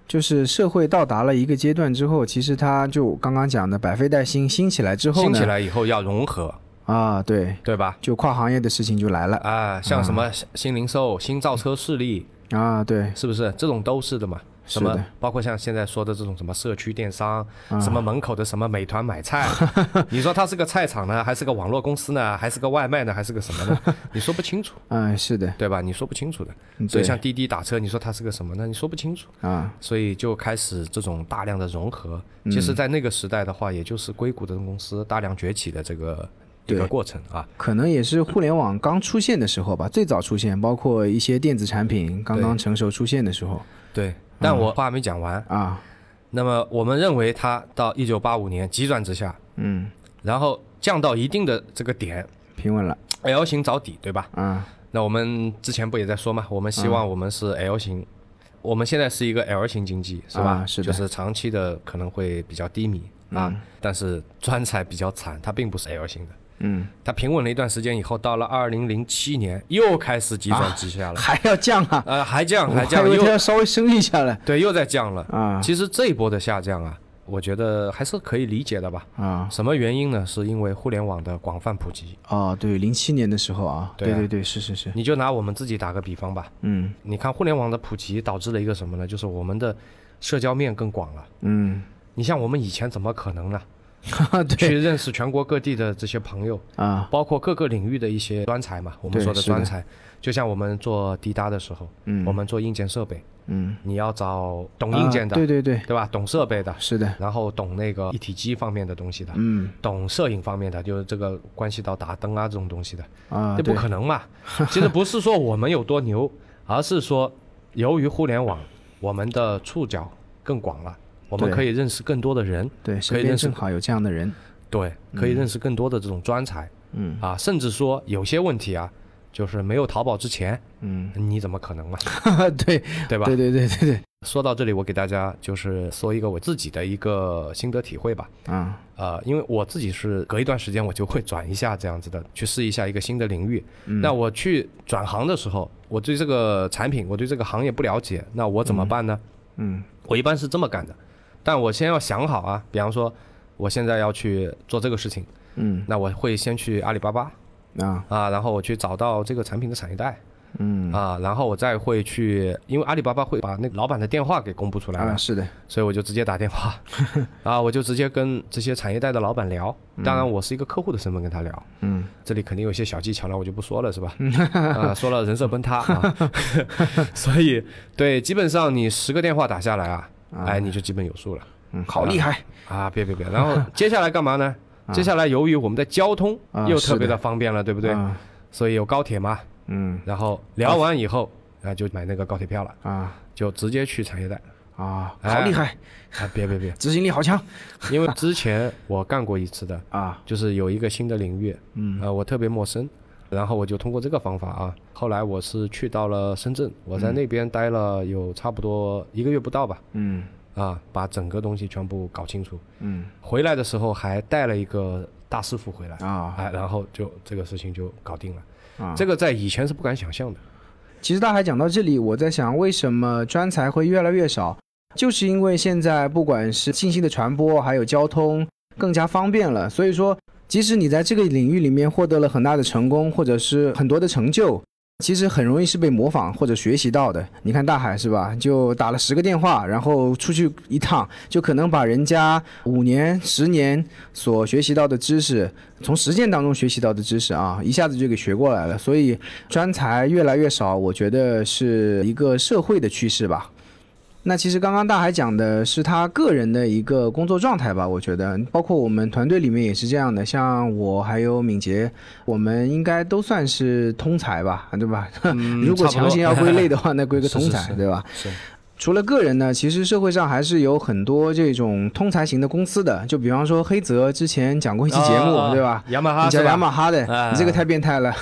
Speaker 2: 就是社会到达了一个阶段之后，其实它就刚刚讲的百废待兴兴起来之后
Speaker 1: 兴
Speaker 2: 呢，
Speaker 1: 起来以后要融合，
Speaker 2: 啊，对，
Speaker 1: 对吧？
Speaker 2: 就跨行业的事情就来了
Speaker 1: 啊，像什么新零售、新造车势力，
Speaker 2: 啊，对，
Speaker 1: 是不是这种都是的嘛？
Speaker 2: 是
Speaker 1: 什
Speaker 2: 的啊
Speaker 1: 么包括像现在说的这种什么社区电商，什么门口的什么美团买 菜，你说它是个菜场呢，还是个网络公司呢，还是个外卖呢，还是个什么 呢？你说不清楚，
Speaker 2: 嗯，是的，
Speaker 1: 对吧？你说不清楚的。
Speaker 2: 嗯
Speaker 1: 所以
Speaker 2: 对
Speaker 1: 像滴滴打车，你说它是个什么呢？你说不清楚，
Speaker 2: 啊，
Speaker 1: 所以就开始这种大量的融合。
Speaker 2: 嗯
Speaker 1: 其实，在那个时代的话，也就是硅谷的公司大量崛起的这个一
Speaker 2: 对
Speaker 1: 个过程啊。
Speaker 2: 可能也是互联网刚出现的时候吧，最早出现，包括一些电子产品刚刚成熟出现的时候
Speaker 1: 对，但我话还没讲完。
Speaker 2: 啊，
Speaker 1: 那么，我们认为它到一九八五年急转直下，
Speaker 2: 嗯，
Speaker 1: 然后降到一定的这个点
Speaker 2: 平稳了
Speaker 1: ，L 型找底，对吧？
Speaker 2: 啊，
Speaker 1: 那我们之前不也在说嘛，我们希
Speaker 2: 嗯
Speaker 1: 望我们是 L 型，我们现在是一个 L 型经济，是吧？
Speaker 2: 啊是的
Speaker 1: 就是长期的可能会比较低迷啊，但是专才比较惨，它并不是 L 型的。
Speaker 2: 嗯，
Speaker 1: 它平稳了一段时间以后，到了二零零七年又开始急转直下了，
Speaker 2: 还要降 啊，
Speaker 1: 呃，还降还
Speaker 2: 我还
Speaker 1: 降
Speaker 2: 以为它
Speaker 1: 又
Speaker 2: 要稍微升一下了
Speaker 1: 对又在降了。
Speaker 2: 啊
Speaker 1: 其实这一波的下降啊，我觉得还是可以理解的吧。
Speaker 2: 啊
Speaker 1: 什么原因呢？是因为互联网的广泛普及。
Speaker 2: 哦，对，零七年的时候啊，
Speaker 1: 对
Speaker 2: 对
Speaker 1: 啊
Speaker 2: 对对，是是是，
Speaker 1: 你就拿我们自己打个比方吧，
Speaker 2: 嗯
Speaker 1: 你看互联网的普及导致了一个什么呢？就是我们的社交面更广了。
Speaker 2: 嗯，
Speaker 1: 你像我们以前怎么可能呢？
Speaker 2: 哈哈，对
Speaker 1: 去认识全国各地的这些朋友，
Speaker 2: 啊，
Speaker 1: 包括各个领域的一些专才嘛。我们
Speaker 2: 对
Speaker 1: 说的
Speaker 2: 是的
Speaker 1: 专才，就像我们做滴答的时候，
Speaker 2: 嗯
Speaker 1: 我们做硬件设备，
Speaker 2: 嗯，
Speaker 1: 你要找懂硬件的，
Speaker 2: 啊对对对，
Speaker 1: 对吧？懂设备的，
Speaker 2: 是的，
Speaker 1: 然后懂那个一体机方面的东西的，
Speaker 2: 嗯
Speaker 1: 懂摄影方面的，就是这个关系到打灯啊这种东西的，
Speaker 2: 啊，
Speaker 1: 这不
Speaker 2: 对，
Speaker 1: 可能嘛。其实不是说我们有多牛，而是说由于互联网，我们的触角更广了，我们
Speaker 2: 对
Speaker 1: 可以认识更多的人，
Speaker 2: 对，
Speaker 1: 可
Speaker 2: 身
Speaker 1: 以
Speaker 2: 边
Speaker 1: 认识
Speaker 2: 正好有这样的人，
Speaker 1: 对，可以认识更多的这种专才
Speaker 2: 嗯
Speaker 1: 啊，甚至说有些问题啊，就是没有淘宝之前，
Speaker 2: 嗯，
Speaker 1: 你怎么可能嘛，
Speaker 2: 哈哈， 对
Speaker 1: 对吧？
Speaker 2: 对对对对对，
Speaker 1: 说到这里，我给大家就是说一个我自己的一个心得体会吧。
Speaker 2: 啊，
Speaker 1: 呃，因为我自己是隔一段时间我就会转一下这样子的，去试一下一个新的领域。那我去转行的时候，我对这个产品，我对这个行业不了解，那我怎么办呢？
Speaker 2: 嗯
Speaker 1: 我一般是这么干的，但我先要想好啊，比方说我现在要去做这个事情，
Speaker 2: 嗯
Speaker 1: 那我会先去阿里巴巴
Speaker 2: 啊，
Speaker 1: 啊，然后我去找到这个产品的产业带
Speaker 2: 嗯
Speaker 1: 啊，然后我再会去，因为阿里巴巴会把那个老板的电话给公布出来嘛
Speaker 2: 啊，，是的，
Speaker 1: 所以我就直接打电 话，啊，我就直接跟这些产业带的老板聊。当然，我是一个客户的身份跟他聊，
Speaker 2: 嗯
Speaker 1: 这里肯定有一些小技巧了，我就不说了，是吧？ 啊，说了人设崩塌 啊。所以，对，基本上你十个电话打下来啊，哎，你就基本有数了
Speaker 2: 嗯，好厉害，
Speaker 1: 啊。别别别，然后接下来干嘛 呢？接下来由于我们的交通
Speaker 2: 啊
Speaker 1: 又
Speaker 2: 是
Speaker 1: 特别
Speaker 2: 的
Speaker 1: 的方便了，对不对？
Speaker 2: 啊
Speaker 1: 所以有高铁嘛，
Speaker 2: 嗯
Speaker 1: 然后聊完以后，啊，就买那个高铁票了，
Speaker 2: 啊
Speaker 1: 就直接去产业带
Speaker 2: 啊，好厉害，
Speaker 1: 啊。别别别，
Speaker 2: 执行力好强
Speaker 1: 因为之前我干过一次的，
Speaker 2: 啊，
Speaker 1: 就是有一个新的领域，嗯，呃，我特别陌生，然后我就通过这个方法啊，后来我是去到了深圳，我在那边待了有差不多一个月不到吧，
Speaker 2: 嗯
Speaker 1: 啊，把整个东西全部搞清楚，
Speaker 2: 嗯
Speaker 1: 回来的时候还带了一个大师傅回来，
Speaker 2: 啊。
Speaker 1: 哎，然后就这个事情就搞定了，
Speaker 2: 啊
Speaker 1: 这个在以前是不敢想象的，
Speaker 2: 其实大海讲到这里，我在想，为什么专才会越来越少？就是因为现在不管是信息的传播，还有交通更加方便了，所以说，即使你在这个领域里面获得了很大的成功，或者是很多的成就，其实很容易是被模仿或者学习到的。你看大海是吧？就打了十个电话，然后出去一趟，就可能把人家五年、十年所学习到的知识，从实践当中学习到的知识啊，一下子就给学过来了。所以专才越来越少，我觉得是一个社会的趋势吧。那其实刚刚大海讲的是他个人的一个工作状态吧，我觉得，嗯包括我们团队里面也是这样的，像我还有敏捷，我们应该都算是通才吧，对吧？ 如
Speaker 1: 嗯差不多
Speaker 2: 果强行要归类的话，那归个
Speaker 1: 是
Speaker 2: 通
Speaker 1: 是
Speaker 2: 才，
Speaker 1: 是
Speaker 2: 对吧？
Speaker 1: 是
Speaker 2: 除了个人呢，其实社会上还是有很多这种通才型的公司的，就比方说黑泽之前讲过一期节目，对吧？？
Speaker 1: 雅马
Speaker 2: 你
Speaker 1: 啊哈
Speaker 2: 叫
Speaker 1: 是
Speaker 2: 雅
Speaker 1: 吧？
Speaker 2: 马哈的，
Speaker 1: 啊
Speaker 2: 你这个太 变态了。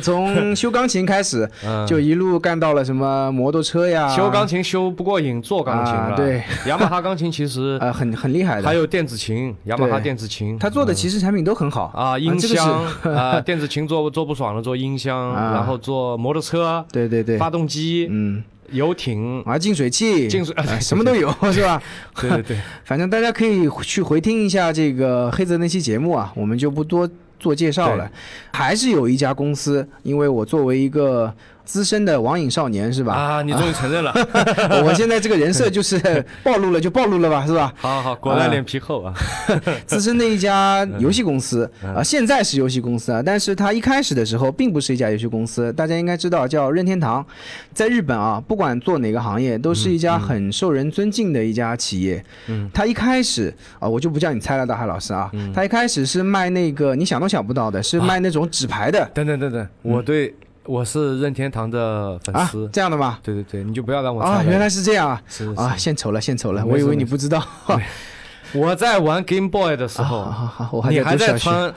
Speaker 2: 从修钢琴开始，
Speaker 1: 嗯
Speaker 2: 就一路干到了什么摩托车呀，
Speaker 1: 修钢琴修不过瘾，做钢琴
Speaker 2: 啊
Speaker 1: 了。
Speaker 2: 对，
Speaker 1: 雅马哈钢琴其实
Speaker 2: 呃，很很厉害
Speaker 1: 还
Speaker 2: 的。
Speaker 1: 有电子琴，雅马哈
Speaker 2: 对
Speaker 1: 电子琴，
Speaker 2: 他做的其实产品都很好
Speaker 1: 啊音
Speaker 2: 这个是
Speaker 1: 箱啊， 电子琴做做不爽了，做音箱，
Speaker 2: 啊
Speaker 1: 然后做摩托车、
Speaker 2: 对对对，
Speaker 1: 发动机、
Speaker 2: 嗯，
Speaker 1: 游艇，
Speaker 2: 啊，净水器，
Speaker 1: 净水
Speaker 2: 啊什么都有，是吧？
Speaker 1: 对对对，
Speaker 2: 反正大家可以去回听一下这个黑泽那期节目啊，我们就不多做介绍了。还是有一家公司，因为我作为一个资深的网瘾少年，是 吧？
Speaker 1: 啊，你终于承认了，
Speaker 2: 我现在这个人设就是暴露了就暴露了吧，是吧？
Speaker 1: 好好好，果然脸皮厚啊，
Speaker 2: 资深的一家游戏公司
Speaker 1: 嗯
Speaker 2: 啊、现在是游戏公司啊，但是它一开始的时候并不是一家游戏公司，大家应该知道叫任天堂，在日本啊，不管做哪个行业，都是一家很受人尊敬的一家企业。
Speaker 1: 嗯，
Speaker 2: 它一开始啊，我就不叫你猜了，大海老师啊，它一开始是卖那个你想都想不到的，是
Speaker 1: 啊
Speaker 2: 卖那种纸牌的
Speaker 1: 等等等等，我对我是任天堂的粉
Speaker 2: 啊
Speaker 1: 丝，
Speaker 2: 这样的吗？
Speaker 1: 对对对，你就不要让我
Speaker 2: 啊，
Speaker 1: 猜
Speaker 2: 原
Speaker 1: 了，
Speaker 2: 来是这样啊！
Speaker 1: 是
Speaker 2: 啊，献丑了，献丑了，
Speaker 1: 没事
Speaker 2: 我以为你
Speaker 1: 没事
Speaker 2: 不知道。
Speaker 1: 我在玩 Game Boy 的时
Speaker 2: 好
Speaker 1: 候，
Speaker 2: 好好，我还
Speaker 1: 你还在
Speaker 2: 在读小学。
Speaker 1: 穿。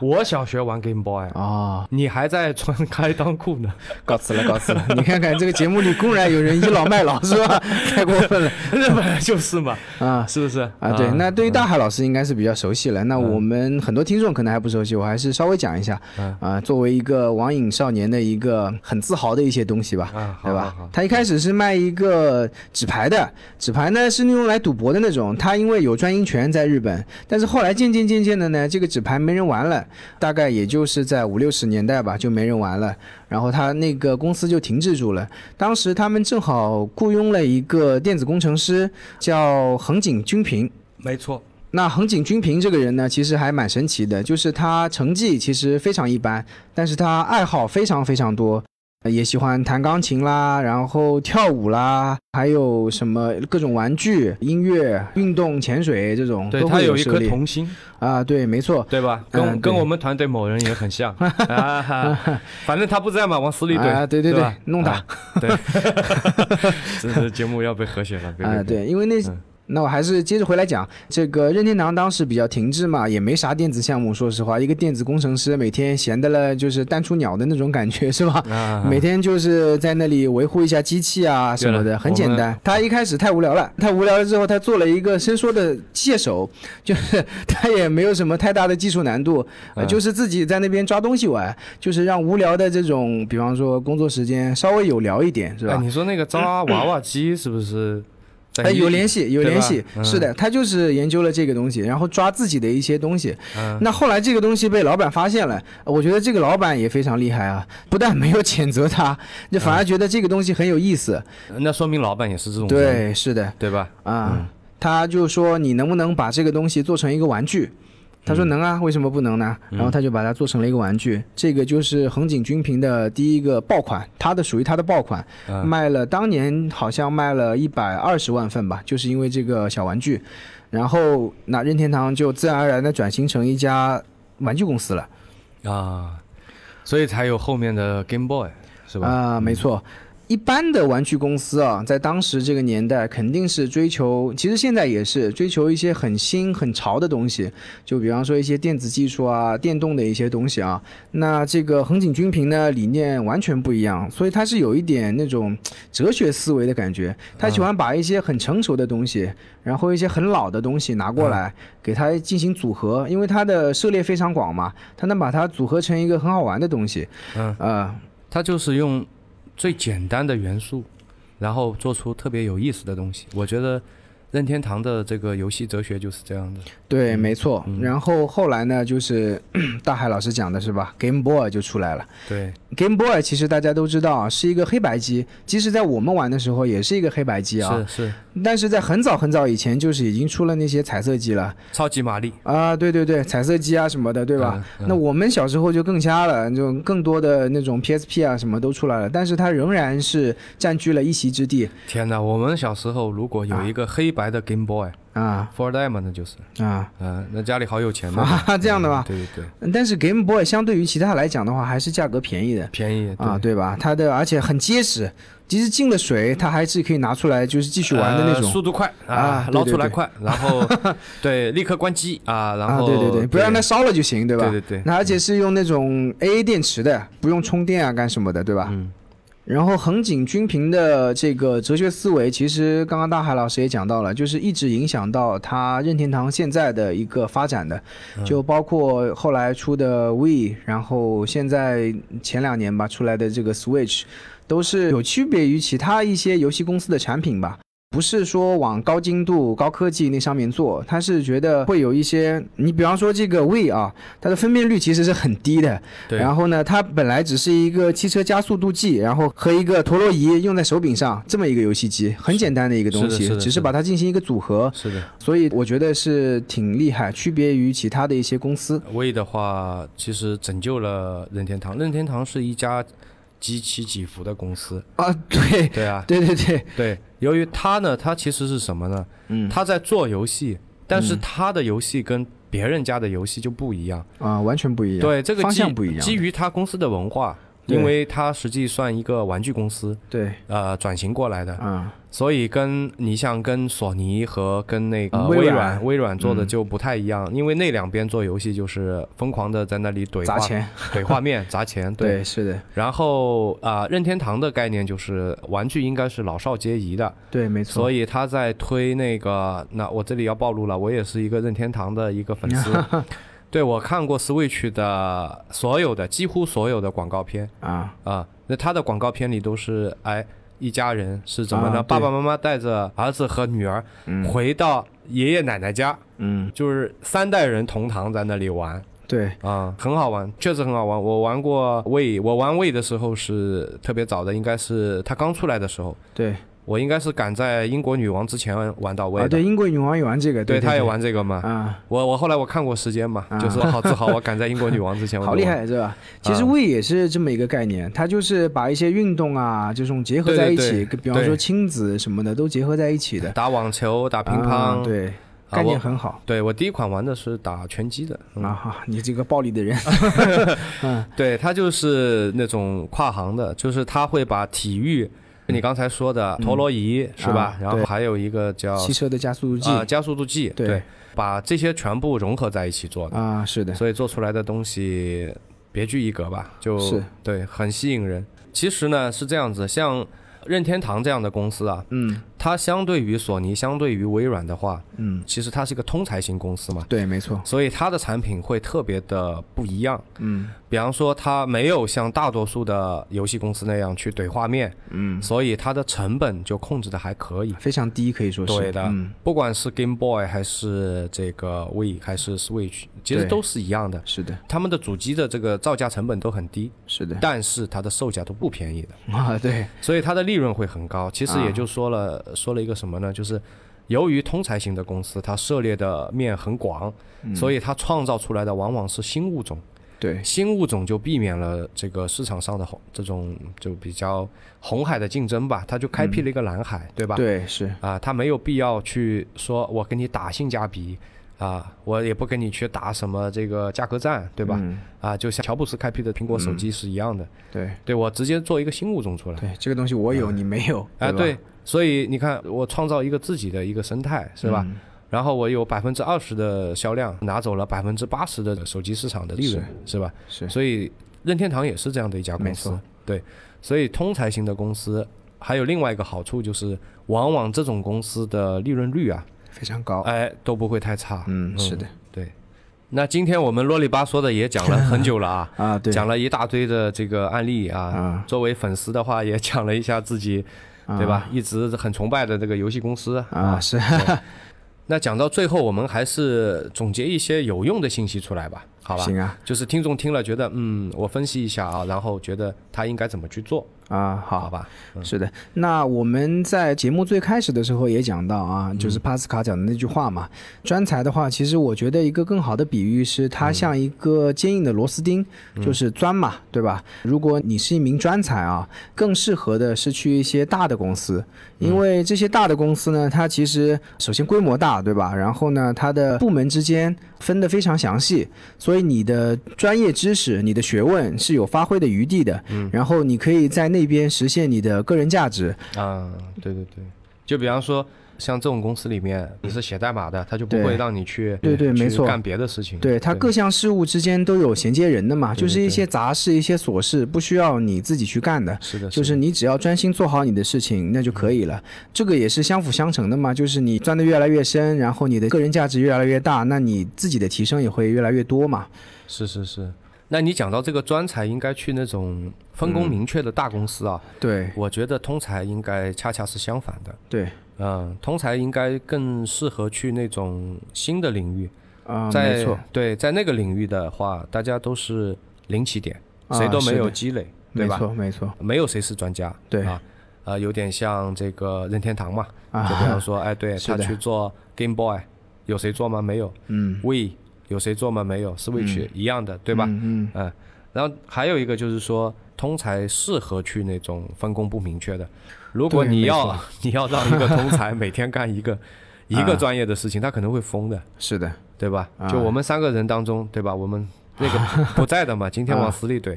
Speaker 1: 我小学玩 Game Boy，
Speaker 2: 啊，
Speaker 1: 你还在穿开裆裤呢，
Speaker 2: 告辞了，告辞 了。你看看这个节目里公然有人倚老卖老，是 吧？太过分了
Speaker 1: 那本来就是嘛，
Speaker 2: 啊！
Speaker 1: 是不是？
Speaker 2: 啊，对，那对于大海老师应该是比较熟悉了。那我们很多听众可能还不熟悉，我还是稍微讲一下
Speaker 1: 嗯。
Speaker 2: 啊，作为一个网瘾少年的一个很自豪的一些东西吧，
Speaker 1: 啊，
Speaker 2: 对吧
Speaker 1: 好？好
Speaker 2: 他一开始是卖一个纸牌的，纸牌呢是用来赌博的那种。他因为有专营权在日本，但是后来渐渐渐渐的呢，这个纸牌没人玩了，大概也就是在五六十年代吧，就没人玩了。然后他那个公司就停滞住了。当时他们正好雇佣了一个电子工程师，叫横井军平。
Speaker 1: 没错，
Speaker 2: 那横井军平这个人呢，其实还蛮神奇的，就是他成绩其实非常一般，但是他爱好非常非常多，呃也喜欢弹钢琴啦，然后跳舞啦，还有什么各种玩具、音乐、运动、潜水这种，
Speaker 1: 对
Speaker 2: 嗯都
Speaker 1: 他
Speaker 2: 会
Speaker 1: 有一
Speaker 2: 涉
Speaker 1: 颗
Speaker 2: 猎
Speaker 1: 童心，
Speaker 2: 啊，对，没错。
Speaker 1: 对吧？跟、
Speaker 2: 嗯对
Speaker 1: 跟我们团队某人也很像 啊哈，反正他不在嘛，往死里怼，
Speaker 2: 啊，对
Speaker 1: 对
Speaker 2: 对
Speaker 1: 吧
Speaker 2: 弄他
Speaker 1: 啊对， 这这节目要被和谐了，别
Speaker 2: 啊，，
Speaker 1: 别
Speaker 2: 对，因为那
Speaker 1: 嗯
Speaker 2: 那我还是接着回来讲，这个任天堂当时比较停滞嘛，也没啥电子项目，说实话，一个电子工程师每天闲的了就是淡出鸟的那种感觉，是吧？
Speaker 1: 别啊，
Speaker 2: 每天就是在那里维护一下机器啊什么
Speaker 1: 对
Speaker 2: 的，
Speaker 1: 了
Speaker 2: 很简
Speaker 1: 我
Speaker 2: 单
Speaker 1: 们。
Speaker 2: 他一开始太无聊了，太无聊了之后，他做了一个伸缩的机械手，就是 他也没有什么太大的技术难度，呃
Speaker 1: 嗯
Speaker 2: 就是自己在那边抓东西玩，就是让无聊的这种，比方说工作时间稍微有聊一点，是
Speaker 1: 哎
Speaker 2: 吧？
Speaker 1: 你说那个抓娃娃机是不是在
Speaker 2: 哎，
Speaker 1: 一？
Speaker 2: 有联系，有
Speaker 1: 对吧
Speaker 2: 联系，
Speaker 1: 嗯
Speaker 2: 是的，他就是研究了这个东西，然后抓自己的一些东西。
Speaker 1: 嗯
Speaker 2: 那后来这个东西被老板发现了，我觉得这个老板也非常厉害啊，不但没有谴责他，就反而觉得这个东西很有意思。
Speaker 1: 那说明老板也是这种人
Speaker 2: 对，是的，
Speaker 1: 对吧？
Speaker 2: 啊，他就说你能不能把这个东西做成一个玩具？他说能啊，为什么不能呢？然后他就把它做成了一个玩具，这个就是横井军平的第一个爆款，他的属于他的爆款，
Speaker 1: 嗯
Speaker 2: 卖了当年好像卖了一百二十万份吧，就是因为这个小玩具。然后那任天堂就自然而然的转型成一家玩具公司了
Speaker 1: 啊，所以才有后面的 Game Boy 是吧？嗯
Speaker 2: 啊、没错。一般的玩具公司啊，在当时这个年代肯定是追求，其实现在也是追求一些很新很潮的东西，就比方说一些电子技术啊、电动的一些东西啊。那这个横井军平呢，理念完全不一样，所以他是有一点那种哲学思维的感觉。他喜欢把一些很成熟的东西，然后一些很老的东西拿过
Speaker 1: 嗯
Speaker 2: 来，给它进行组合，因为它的涉猎非常广嘛，他能把它组合成一个很好玩的东西。
Speaker 1: 嗯，
Speaker 2: 呃，
Speaker 1: 他就是用最简单的元素，然后做出特别有意思的东西。我觉得任天堂的这个游戏哲学就是这样的。
Speaker 2: 对，没错。
Speaker 1: 嗯
Speaker 2: 然后后来呢，就是 大海老师讲的是吧？Game Boy 就出来了。
Speaker 1: 对，
Speaker 2: Game Boy 其实大家都知道啊，是一个黑白机，即使在我们玩的时候也是一个黑白机啊
Speaker 1: 是。是
Speaker 2: 但是在很早很早以前，就是已经出了那些彩色机了
Speaker 1: 超级玛丽，
Speaker 2: 啊，对对对，彩色机啊什么的，对吧？
Speaker 1: 嗯？嗯
Speaker 2: 那我们小时候就更瞎了，就更多的那种 PSP 啊什么都出来了，但是它仍然是占据了一席之地
Speaker 1: 天哪，我们小时候如果有一个黑白的 Game Boy，
Speaker 2: 啊
Speaker 1: Four d i m o n 那就是，
Speaker 2: 啊
Speaker 1: 嗯，那家里好有钱的。
Speaker 2: 啊！ 这样的吧？
Speaker 1: 对对对，
Speaker 2: 但是 Game Boy 相对于其他来讲的话，还是价格便宜的。
Speaker 1: 便宜
Speaker 2: 啊，，对
Speaker 1: 嗯
Speaker 2: 吧？它的而且很结实，即使进了水，它还是可以拿出来就是继续玩的那
Speaker 1: 呃
Speaker 2: 种。
Speaker 1: 速度快
Speaker 2: 啊
Speaker 1: 啊，
Speaker 2: 对
Speaker 1: 捞
Speaker 2: 对
Speaker 1: 出来
Speaker 2: 对
Speaker 1: 快，然 后对，立刻关机啊，然
Speaker 2: 啊，
Speaker 1: 后
Speaker 2: 对对对，不要让它烧了就行，对吧？
Speaker 1: 对对对
Speaker 2: 那而且是用那种 AA 电池的，不用充电啊，干什么的，对吧？
Speaker 1: 嗯。
Speaker 2: 然后横井军平的这个哲学思维，其实刚刚大海老师也讲到了，就是一直影响到他任天堂现在的一个发展的，
Speaker 1: 嗯
Speaker 2: 就包括后来出的 We，然后现在前两年吧出来的这个 Switch，都是有区别于其他一些游戏公司的产品吧。不是说往高精度、高科技那上面做，他是觉得会有一些，你比方说这个 We 啊，它的分辨率其实是很低的，
Speaker 1: 对，
Speaker 2: 然后呢，它本来只是一个汽车加速度计，然后和一个陀螺仪用在手柄上这么一个游戏机，很简单的一个东
Speaker 1: 是的
Speaker 2: 西
Speaker 1: 是，的
Speaker 2: 只
Speaker 1: 是
Speaker 2: 是
Speaker 1: 的
Speaker 2: 把它进行一个组合，
Speaker 1: 是的。
Speaker 2: 所以我觉得是挺厉害，区别于其他的一些公司。
Speaker 1: We 呃的话，其实拯救了任天堂。任天堂是一家极其起伏的公司，
Speaker 2: 啊，对，
Speaker 1: 对啊，
Speaker 2: 对对对，
Speaker 1: 对。由于它呢，它其实是什么呢？
Speaker 2: 嗯，
Speaker 1: 它在做游戏，但是它的游戏跟别人家的游戏就不一样。
Speaker 2: 啊，完全不一样，
Speaker 1: 对，这个
Speaker 2: 方
Speaker 1: 基
Speaker 2: 向不一样
Speaker 1: 基，于它公司的文化，
Speaker 2: 对
Speaker 1: 因为它实际算一个玩具公司，
Speaker 2: 对，
Speaker 1: 呃，转型过来的，
Speaker 2: 啊，
Speaker 1: 所以跟你像跟索尼和跟那个、呃
Speaker 2: 嗯微
Speaker 1: 微
Speaker 2: 软嗯
Speaker 1: 软微软做的就不太一样，因为那两边做游戏就是疯狂的在那里怼
Speaker 2: 砸
Speaker 1: 画
Speaker 2: 钱，
Speaker 1: 怼画面砸钱，对。
Speaker 2: 对，是的，
Speaker 1: 然后啊、呃任天堂的概念就是玩具应该是老少皆宜的，
Speaker 2: 对，没错，
Speaker 1: 所以他在推那个，那我这里要暴露了，我也是一个任天堂的一个粉 丝，对我看过 Switch 的所有的几乎所有的广告片
Speaker 2: 啊，
Speaker 1: 啊、那他的广告片里都是哎一家人是怎么呢？
Speaker 2: 啊对
Speaker 1: 爸爸妈妈带着儿子和女儿回到爷爷奶奶家，
Speaker 2: 嗯，
Speaker 1: 就是三代人同堂在那里玩。
Speaker 2: 对，
Speaker 1: 啊、很好玩，确实很好玩。我玩过 w 我玩 w 的时候是特别早的，应该是它刚出来的时候，
Speaker 2: 对，
Speaker 1: 我应该是赶在英国女王之前玩到位的，
Speaker 2: 啊，对，英国女王也玩这个，
Speaker 1: 对
Speaker 2: 对，
Speaker 1: 他也
Speaker 2: 对
Speaker 1: 玩这个嘛。
Speaker 2: 啊，
Speaker 1: 我我后来我看过时间嘛，
Speaker 2: 啊
Speaker 1: 就是好自豪，我赶在英国女王之前玩。
Speaker 2: 好厉！害，是吧？其实
Speaker 1: 啊
Speaker 2: We 也是这么一个概念，它就是把一些运动啊这种结合
Speaker 1: 对
Speaker 2: 在一
Speaker 1: 对
Speaker 2: 起，
Speaker 1: 对
Speaker 2: 跟比方说
Speaker 1: 对
Speaker 2: 亲子什么的都结合在一起的。
Speaker 1: 打网球、打乒乓，
Speaker 2: 啊对，
Speaker 1: 啊
Speaker 2: 概念
Speaker 1: 我
Speaker 2: 很好
Speaker 1: 对我第一款玩的是打拳击的。嗯、
Speaker 2: 啊！哈，你这个暴力的人，
Speaker 1: 对他就是那种跨行的，就是他会把体育，你刚才说的陀螺仪、是吧
Speaker 2: 嗯啊？
Speaker 1: 然后
Speaker 2: 对
Speaker 1: 还有一个叫
Speaker 2: 汽车的加速度计
Speaker 1: 哦啊、加速度计，
Speaker 2: 对
Speaker 1: 把这些全部融合在一起做的，
Speaker 2: 啊，是的，
Speaker 1: 所以做出来的东西别具一格吧，就是对，很吸引人。其实呢是这样子，像任天堂这样的公司啊，
Speaker 2: 嗯
Speaker 1: 它相对于索尼、相对于微软的话，
Speaker 2: 嗯，
Speaker 1: 其实它是一个通才型公司嘛，
Speaker 2: 对，没错，
Speaker 1: 所以它的产品会特别的不一样。
Speaker 2: 嗯
Speaker 1: 比方说，它没有像大多数的游戏公司那样去怼画面，
Speaker 2: 嗯，
Speaker 1: 所以它的成本就控制的还可以。
Speaker 2: 非常低，可以说是
Speaker 1: 对的，
Speaker 2: 嗯，
Speaker 1: 不管是 Game Boy 还是这个 We 还是 Switch，其实
Speaker 2: 对
Speaker 1: 都是一样的。
Speaker 2: 是的，
Speaker 1: 他们的主机的这个造价成本都很低，
Speaker 2: 是的
Speaker 1: 但是它的售价都不便宜的，
Speaker 2: 啊，对，
Speaker 1: 所以它的利润会很高。其实
Speaker 2: 啊
Speaker 1: 也就说了、说了一个什么呢？就是由于通才型的公司，它涉猎的面很广，所以它创造出来的往往是新物种，
Speaker 2: 嗯对，
Speaker 1: 新物种就避免了这个市场上的红这种就比较红海的竞争吧，它就开辟了一个蓝海，对吧？
Speaker 2: 对，是，
Speaker 1: 啊，他没有必要去说我跟你打性价比啊，我也不跟你去打什么这个价格战，对吧？
Speaker 2: 嗯
Speaker 1: 啊，就像乔布斯开辟的苹果手机是一样的，
Speaker 2: 对
Speaker 1: 对我直接做一个新物种出来。
Speaker 2: 对，这个东西我有，你没有，
Speaker 1: 哎、
Speaker 2: 吧
Speaker 1: 对，，所以你看，我创造一个自己的一个生态，是吧？
Speaker 2: 嗯
Speaker 1: 然后我有百分之二十的销量，拿走了百分之八十的手机市场的利润，是吧？
Speaker 2: 是
Speaker 1: 所以任天堂也是这样的一家
Speaker 2: 没
Speaker 1: 公
Speaker 2: 错
Speaker 1: 司，对。所以通才型的公司还有另外一个好处就是，往往这种公司的利润率啊，
Speaker 2: 非常高，
Speaker 1: 哎，都不会太差。
Speaker 2: 嗯，是的，，
Speaker 1: 对。那今天我们啰里吧嗦的也讲了很久了啊
Speaker 2: 啊，对，
Speaker 1: 讲了一大堆的这个案例啊。
Speaker 2: 啊
Speaker 1: 作为粉丝的话，也讲了一下自己，对吧？一直很崇拜的这个游戏公司
Speaker 2: 啊，。是，
Speaker 1: 那讲到最后，我们还是总结一些有用的信息出来吧，好吧？
Speaker 2: 行啊，
Speaker 1: 就是听众听了觉得，嗯，我分析一下啊，然后觉得他应该怎么去做，
Speaker 2: 啊，好
Speaker 1: 好。吧？
Speaker 2: 是的，那我们在节目最开始的时候也讲到啊，就是帕斯卡讲的那句话嘛。专才的话，其实我觉得一个更好的比喻是，它像一个坚硬的螺丝钉，就是钻嘛，对吧？如果你是一名专才啊，更适合的是去一些大的公司，因为这些大的公司呢，它其实首先规模大，对吧？然后呢，它的部门之间分得非常详细，所以你的专业知识、你的学问是有发挥的余地的。
Speaker 1: 嗯
Speaker 2: 然后你可以在那边实现你的个人价值。
Speaker 1: 啊，对对对，就比方说。像这种公司里面，你是写代码的，他就不
Speaker 2: 对
Speaker 1: 会让你去
Speaker 2: 对对
Speaker 1: 去
Speaker 2: 没错
Speaker 1: 干别的事情。
Speaker 2: 对它各项事务之间都有衔接人的嘛，就是一些杂事、一些琐事，不需要你自己去干的。
Speaker 1: 是的，嗯
Speaker 2: 就是你只要专心做好你的事情，那就可以了。这个也是相辅相成的嘛，就是你钻得越来越深，然后你的个人价值越来越大，那你自己的提升也会越来越多嘛。
Speaker 1: 是是是。那你讲到这个专才，应该去那种分工明确的大公司啊。
Speaker 2: 对
Speaker 1: 我觉得通才应该恰恰是相反的。
Speaker 2: 对，
Speaker 1: 嗯，通才应该更适合去那种新的领域，
Speaker 2: 啊、
Speaker 1: 在、
Speaker 2: 没错，
Speaker 1: 对，在那个领域的话，大家都是零起点，
Speaker 2: 啊
Speaker 1: 谁都没
Speaker 2: 是
Speaker 1: 有
Speaker 2: 的
Speaker 1: 积累，对
Speaker 2: 没
Speaker 1: 吧？
Speaker 2: 错，没错。
Speaker 1: 没有谁是专家，
Speaker 2: 对
Speaker 1: 啊，呃，有点像这个任天堂嘛，
Speaker 2: 啊
Speaker 1: 就比方说， 哎，对
Speaker 2: 是
Speaker 1: 他
Speaker 2: 的
Speaker 1: 去做 Game Boy，有谁做吗？没有。
Speaker 2: 嗯，
Speaker 1: We 有谁做吗？没有。Switch、一样的，对吧？
Speaker 2: 嗯
Speaker 1: 嗯，然后还有一个就是说，通才适合去那种分工不明确的。如果
Speaker 2: 对
Speaker 1: 你
Speaker 2: 没
Speaker 1: 要 你要让一个通才每天干一 个
Speaker 2: 啊
Speaker 1: 一个专业的事情，他可能会疯的，
Speaker 2: 是的，
Speaker 1: 对吧
Speaker 2: 啊？
Speaker 1: 就我们三个人当中，对吧？我们那个不在的嘛，今天往死里怼。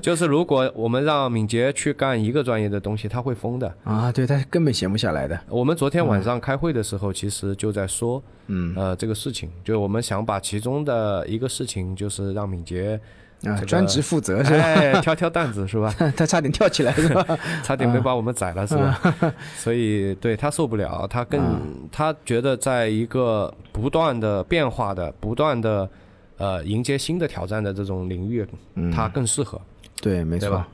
Speaker 1: 就是如果我们让敏捷去干一个专业的东西，他会疯的。
Speaker 2: 啊，对，他根本闲不下来的。啊
Speaker 1: 我们昨天晚上开会的时候，其实就在说，嗯，呃，这个事情，就是我们想把其中的一个事情，就是让敏捷
Speaker 2: 啊，
Speaker 1: 这个
Speaker 2: 专职负责是吧？
Speaker 1: 哎挑挑担子是吧？
Speaker 2: 他差点跳起来 是吧？
Speaker 1: 差点没把我们宰了是吧？ 所以对他受不了，他更他觉得在一个不断的变化的、不断的呃迎接新的挑战的这种领域，他更适合，
Speaker 2: 对，没
Speaker 1: 对
Speaker 2: 错
Speaker 1: 吧，？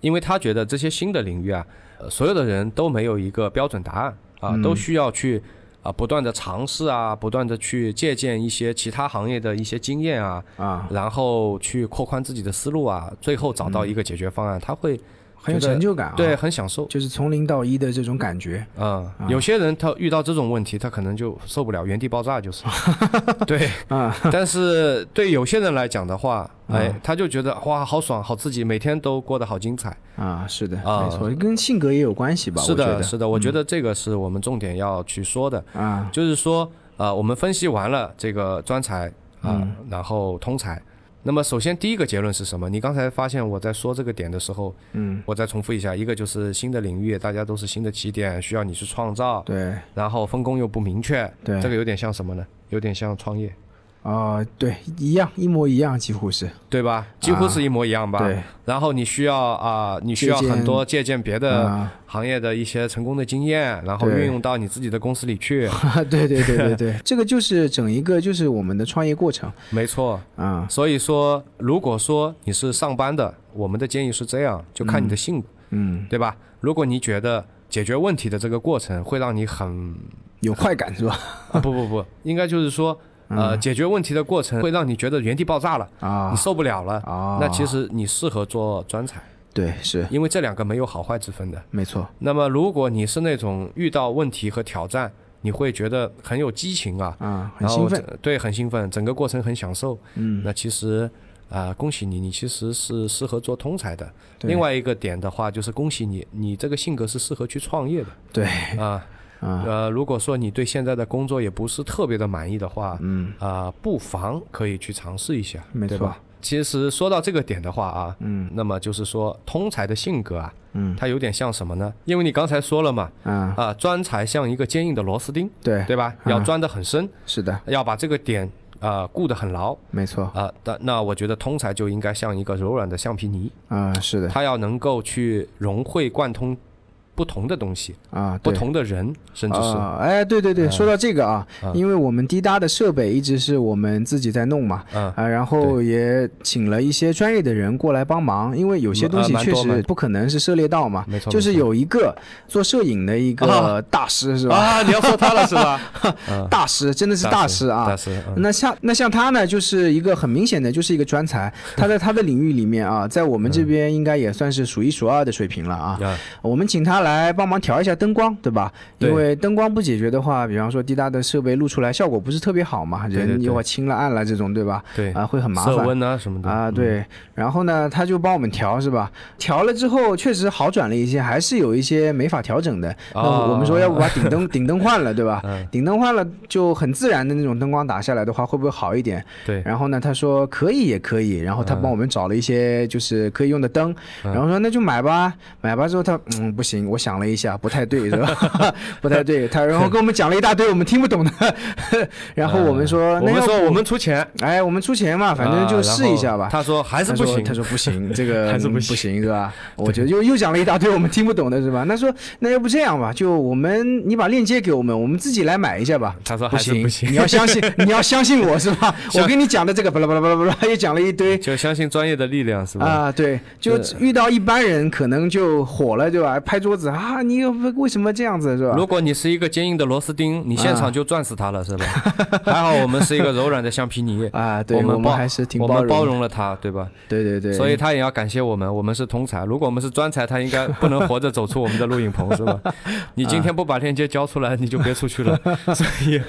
Speaker 1: 因为他觉得这些新的领域啊，呃所有的人都没有一个标准答案啊，都需要去啊不断的尝试啊，不断的去借鉴一些其他行业的一些经验啊，
Speaker 2: 啊，
Speaker 1: 然后去扩宽自己的思路啊，最后找到一个解决方案，他会
Speaker 2: 很有
Speaker 1: 觉得
Speaker 2: 成就感啊，
Speaker 1: 对，很享受。
Speaker 2: 就是从零到一的这种感觉。
Speaker 1: 嗯，
Speaker 2: 啊
Speaker 1: 有些人他遇到这种问题，他可能就受不了，原地爆炸就是。 对，
Speaker 2: 啊
Speaker 1: 但是对有些人来讲的话，哎，他就觉得哇，好爽，好刺激，每天都过得好精彩。
Speaker 2: 啊，是的，
Speaker 1: 啊
Speaker 2: 没错，跟性格也有关系吧？
Speaker 1: 是
Speaker 2: 我觉
Speaker 1: 的，
Speaker 2: 得嗯
Speaker 1: 是的，我觉得这个是我们重点要去说的，
Speaker 2: 啊，
Speaker 1: 就是说，呃，我们分析完了这个专才啊，
Speaker 2: 嗯
Speaker 1: 然后通才。那么，首先第一个结论是什么？你刚才发现我在说这个点的时候，
Speaker 2: 嗯，
Speaker 1: 我再重复一下，一个就是新的领域，大家都是新的起点，需要你去创造，
Speaker 2: 对，
Speaker 1: 然后分工又不明确，
Speaker 2: 对
Speaker 1: 这个有点像什么呢？有点像创业，
Speaker 2: 啊，对，一样，一模一样，几乎是，
Speaker 1: 对吧？几乎是一模一样吧。
Speaker 2: 啊对，
Speaker 1: 然后你需要啊、你需要
Speaker 2: 借鉴
Speaker 1: 很多借鉴别的
Speaker 2: 啊，
Speaker 1: 行业的一些成功的经验，然后
Speaker 2: 对
Speaker 1: 运用到你自己的公司里去。
Speaker 2: 对对对 对对，这个就是整一个就是我们的创业过程
Speaker 1: 没错。
Speaker 2: 啊，
Speaker 1: 所以说，如果说你是上班的，我们的建议是这样，就看你的性格，
Speaker 2: 嗯，
Speaker 1: 对吧？如果你觉得解决问题的这个过程会让你很
Speaker 2: 有快感是 吧？
Speaker 1: 啊不不不，应该就是 说，呃，解决问题的过程会让你觉得原地爆炸了，
Speaker 2: 嗯啊
Speaker 1: 你受不了了。
Speaker 2: 啊，
Speaker 1: 那其实你适合做专才，
Speaker 2: 对是
Speaker 1: 因为这两个没有好坏之分的。
Speaker 2: 没错，
Speaker 1: 那么，如果你是那种遇到问题和挑战，你会觉得很有激情啊，
Speaker 2: 啊，很
Speaker 1: 然后
Speaker 2: 兴奋，
Speaker 1: 整，对，很兴奋，整个过程很享受。
Speaker 2: 嗯，
Speaker 1: 那其实啊、恭喜你，你其实是适合做通才的。
Speaker 2: 对
Speaker 1: 另外一个点的话，就是恭喜你，你这个性格是适合去创业 的
Speaker 2: 对
Speaker 1: 啊。
Speaker 2: 啊，
Speaker 1: 呃，如果说你对现在的工作也不是特别的满意的话，
Speaker 2: 嗯，
Speaker 1: 啊、不妨可以去尝试一下，
Speaker 2: 没
Speaker 1: 对
Speaker 2: 错
Speaker 1: 吧？其实说到这个点的话啊，
Speaker 2: 嗯
Speaker 1: 那么就是说通才的性格啊，
Speaker 2: 嗯
Speaker 1: 它有点像什么呢？因为你刚才说了嘛，
Speaker 2: 啊，
Speaker 1: 啊、专才像一个坚硬的螺丝钉，
Speaker 2: 对嗯
Speaker 1: 对吧？要钻得很深，
Speaker 2: 是的，
Speaker 1: 要把这个点啊固得很牢
Speaker 2: 没错
Speaker 1: 啊。但那我觉得通才就应该像一个柔软的橡皮泥，
Speaker 2: 啊，是的
Speaker 1: 它要能够去融会贯通不同的东西、
Speaker 2: 啊，
Speaker 1: 不
Speaker 2: 对
Speaker 1: 同的人，甚至是嗯
Speaker 2: 啊哎，对对对，说到这个啊，
Speaker 1: 啊
Speaker 2: 因为我们滴答的设备一直是我们自己在弄嘛，
Speaker 1: 嗯
Speaker 2: 啊，然后也请了一些专业的人过来帮忙，因为有些东西
Speaker 1: 嗯啊蛮
Speaker 2: 确
Speaker 1: 多
Speaker 2: 实
Speaker 1: 蛮
Speaker 2: 不可能是涉猎到嘛，
Speaker 1: 没错
Speaker 2: 就是
Speaker 1: 没错
Speaker 2: 有一个做摄影的一个
Speaker 1: 啊
Speaker 2: 大师是吧？
Speaker 1: 啊，你要说他了是吧？嗯
Speaker 2: 大师真的是大师啊，
Speaker 1: 大师，嗯
Speaker 2: 那像那像他呢，就是一个很明显的，就是一个专才。他在他的领域里面啊，在我们
Speaker 1: 嗯
Speaker 2: 这边应该也算是数一数二的水平了啊。
Speaker 1: 啊
Speaker 2: 我们请他来帮忙调一下灯光，对吧？
Speaker 1: 对
Speaker 2: 因为灯光不解决的话，比方说滴答的设备录出来效果不是特别好嘛，
Speaker 1: 对对
Speaker 2: 人
Speaker 1: 对
Speaker 2: 一会儿青了暗了这种，对吧？
Speaker 1: 对
Speaker 2: 啊，会很麻
Speaker 1: 色
Speaker 2: 烦。
Speaker 1: 温啊什么的
Speaker 2: 啊，，对，然后呢，他就帮我们调，是吧？调了之后确实好转了一些，还是有一些没法调整的。那
Speaker 1: 哦嗯
Speaker 2: 我们说要不把顶 灯顶灯换了，对吧？顶灯换了就很自然的那种灯光打下来的话，会不会好一点？
Speaker 1: 对嗯
Speaker 2: 然后呢，他说可以也可以，然后他帮我们找了一些就是可以用的灯，然后说那就买吧，买吧之后他嗯不行，我想了一下不太对 是吧？不太对，他然后跟我们讲了一大堆我们听不懂的，然后我们说、
Speaker 1: 我
Speaker 2: 那
Speaker 1: 们
Speaker 2: 要
Speaker 1: 说
Speaker 2: 不
Speaker 1: 我们出钱，
Speaker 2: 哎我们出钱嘛，反正
Speaker 1: 啊
Speaker 2: 就试一下吧。
Speaker 1: 然后他说还是
Speaker 2: 他
Speaker 1: 不
Speaker 2: 说
Speaker 1: 行
Speaker 2: 他，说 不行，这个
Speaker 1: 还是不
Speaker 2: 嗯
Speaker 1: 行
Speaker 2: 不行，是吧？ 我觉得又又讲了一大堆我们听不懂的，是吧？那说那要不这样吧，就我们你把链接给我们，我们自己来买一下吧。
Speaker 1: 他说
Speaker 2: 不
Speaker 1: 还是
Speaker 2: 行，
Speaker 1: 不行啊
Speaker 2: 你，要相 信，你要相信我是吧？
Speaker 1: 像
Speaker 2: 我跟你讲的这个巴拉巴拉巴拉巴拉，又 讲了一堆
Speaker 1: 就相信专业的力量是吧？
Speaker 2: 啊，对，就遇到一般人可能就火了，对吧？拍桌子啊，你又为什么这样子是吧？
Speaker 1: 如果你是一个坚硬的螺丝
Speaker 2: 啊
Speaker 1: 钉，你现场就撞死他了， 是吧？还好我们是一个柔软的橡皮泥，
Speaker 2: 啊，对，
Speaker 1: 我们
Speaker 2: 们
Speaker 1: 包
Speaker 2: 还是挺
Speaker 1: 我
Speaker 2: 包
Speaker 1: 们包
Speaker 2: 容的，
Speaker 1: 容了他，对吧？
Speaker 2: 对对对，
Speaker 1: 所以他也要感谢我们，我们是通才。如果我们是专才，他应该不能活着走出我们的录影棚，是 吧？
Speaker 2: 啊
Speaker 1: 你今天不把链接交出来，你就别出去了。所以，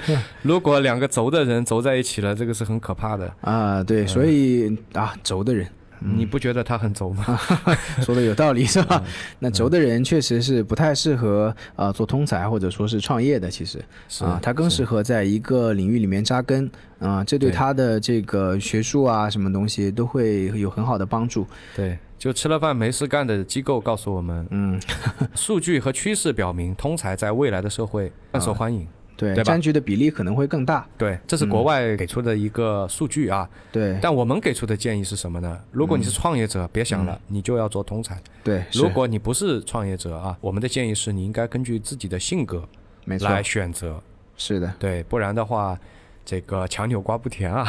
Speaker 1: 如果两个轴的人轴在一起了，这个是很可怕的。
Speaker 2: 啊，对，所以啊，轴的人
Speaker 1: 你不觉得他很轴吗？
Speaker 2: 说的有道理是
Speaker 1: 嗯
Speaker 2: 吧？那轴的人确实是不太适合啊、呃做通才或者说是创业的，其实
Speaker 1: 是
Speaker 2: 啊、他更适合在一个领域里面扎根啊、这对
Speaker 1: 对
Speaker 2: 他的这个学术啊什么东西都会有很好的帮助。
Speaker 1: 对，就吃了饭没事干的机构告诉我们，
Speaker 2: 嗯，
Speaker 1: 数据和趋势表明，通才在未来的社
Speaker 2: 啊
Speaker 1: 会更受欢迎。
Speaker 2: 对，
Speaker 1: 对吧
Speaker 2: 占据的比例可能会更大。
Speaker 1: 对，这是国外给出的一个数据啊。
Speaker 2: 对
Speaker 1: 但我们给出的建议是什么呢？如果你是创业者，别想了，你就要做通才。
Speaker 2: 对，嗯是
Speaker 1: 如果你不是创业者啊，我们的建议是你应该根据自己的性格
Speaker 2: 没错，
Speaker 1: 来选择，
Speaker 2: 是的，
Speaker 1: 对，不然的话，这个强扭瓜不甜啊。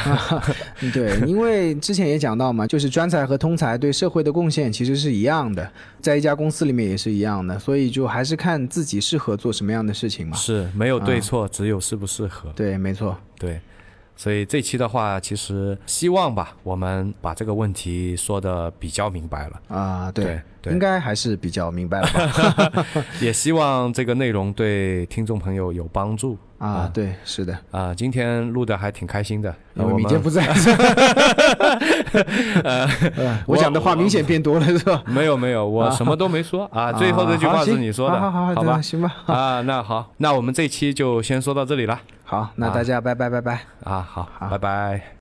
Speaker 2: 嗯对， 因为之前也讲到嘛，就是专才和通才对社会的贡献其实是一样的，在一家公司里面也是一样的，所以就还是看自己适合做什么样的事情嘛。
Speaker 1: 是没有对错，只有适不适合。
Speaker 2: 对，没错，
Speaker 1: 对，所以这期的话，其实希望吧，我们把这个问题说的比较明白了。
Speaker 2: 啊、对，
Speaker 1: 对
Speaker 2: 应该还是比较明白了 吧？
Speaker 1: 也希望这个内容对听众朋友有帮助
Speaker 2: 啊，对，是的，
Speaker 1: 啊、今天录的还挺开心的，
Speaker 2: 因
Speaker 1: 那
Speaker 2: 为
Speaker 1: 我
Speaker 2: 明天
Speaker 1: 们
Speaker 2: 不在， 呃我讲的话明显变多了是吧？
Speaker 1: 没有没有，我什么都没 说啊。最后这句
Speaker 2: 好
Speaker 1: 话是
Speaker 2: 行啊
Speaker 1: 你说的，
Speaker 2: 好好好，
Speaker 1: 好
Speaker 2: 那
Speaker 1: 吧？
Speaker 2: 行吧，
Speaker 1: 啊，那好，那我们这期就先说到这里了
Speaker 2: 好，那大家拜拜拜拜。
Speaker 1: 啊。好，
Speaker 2: 好
Speaker 1: 拜拜。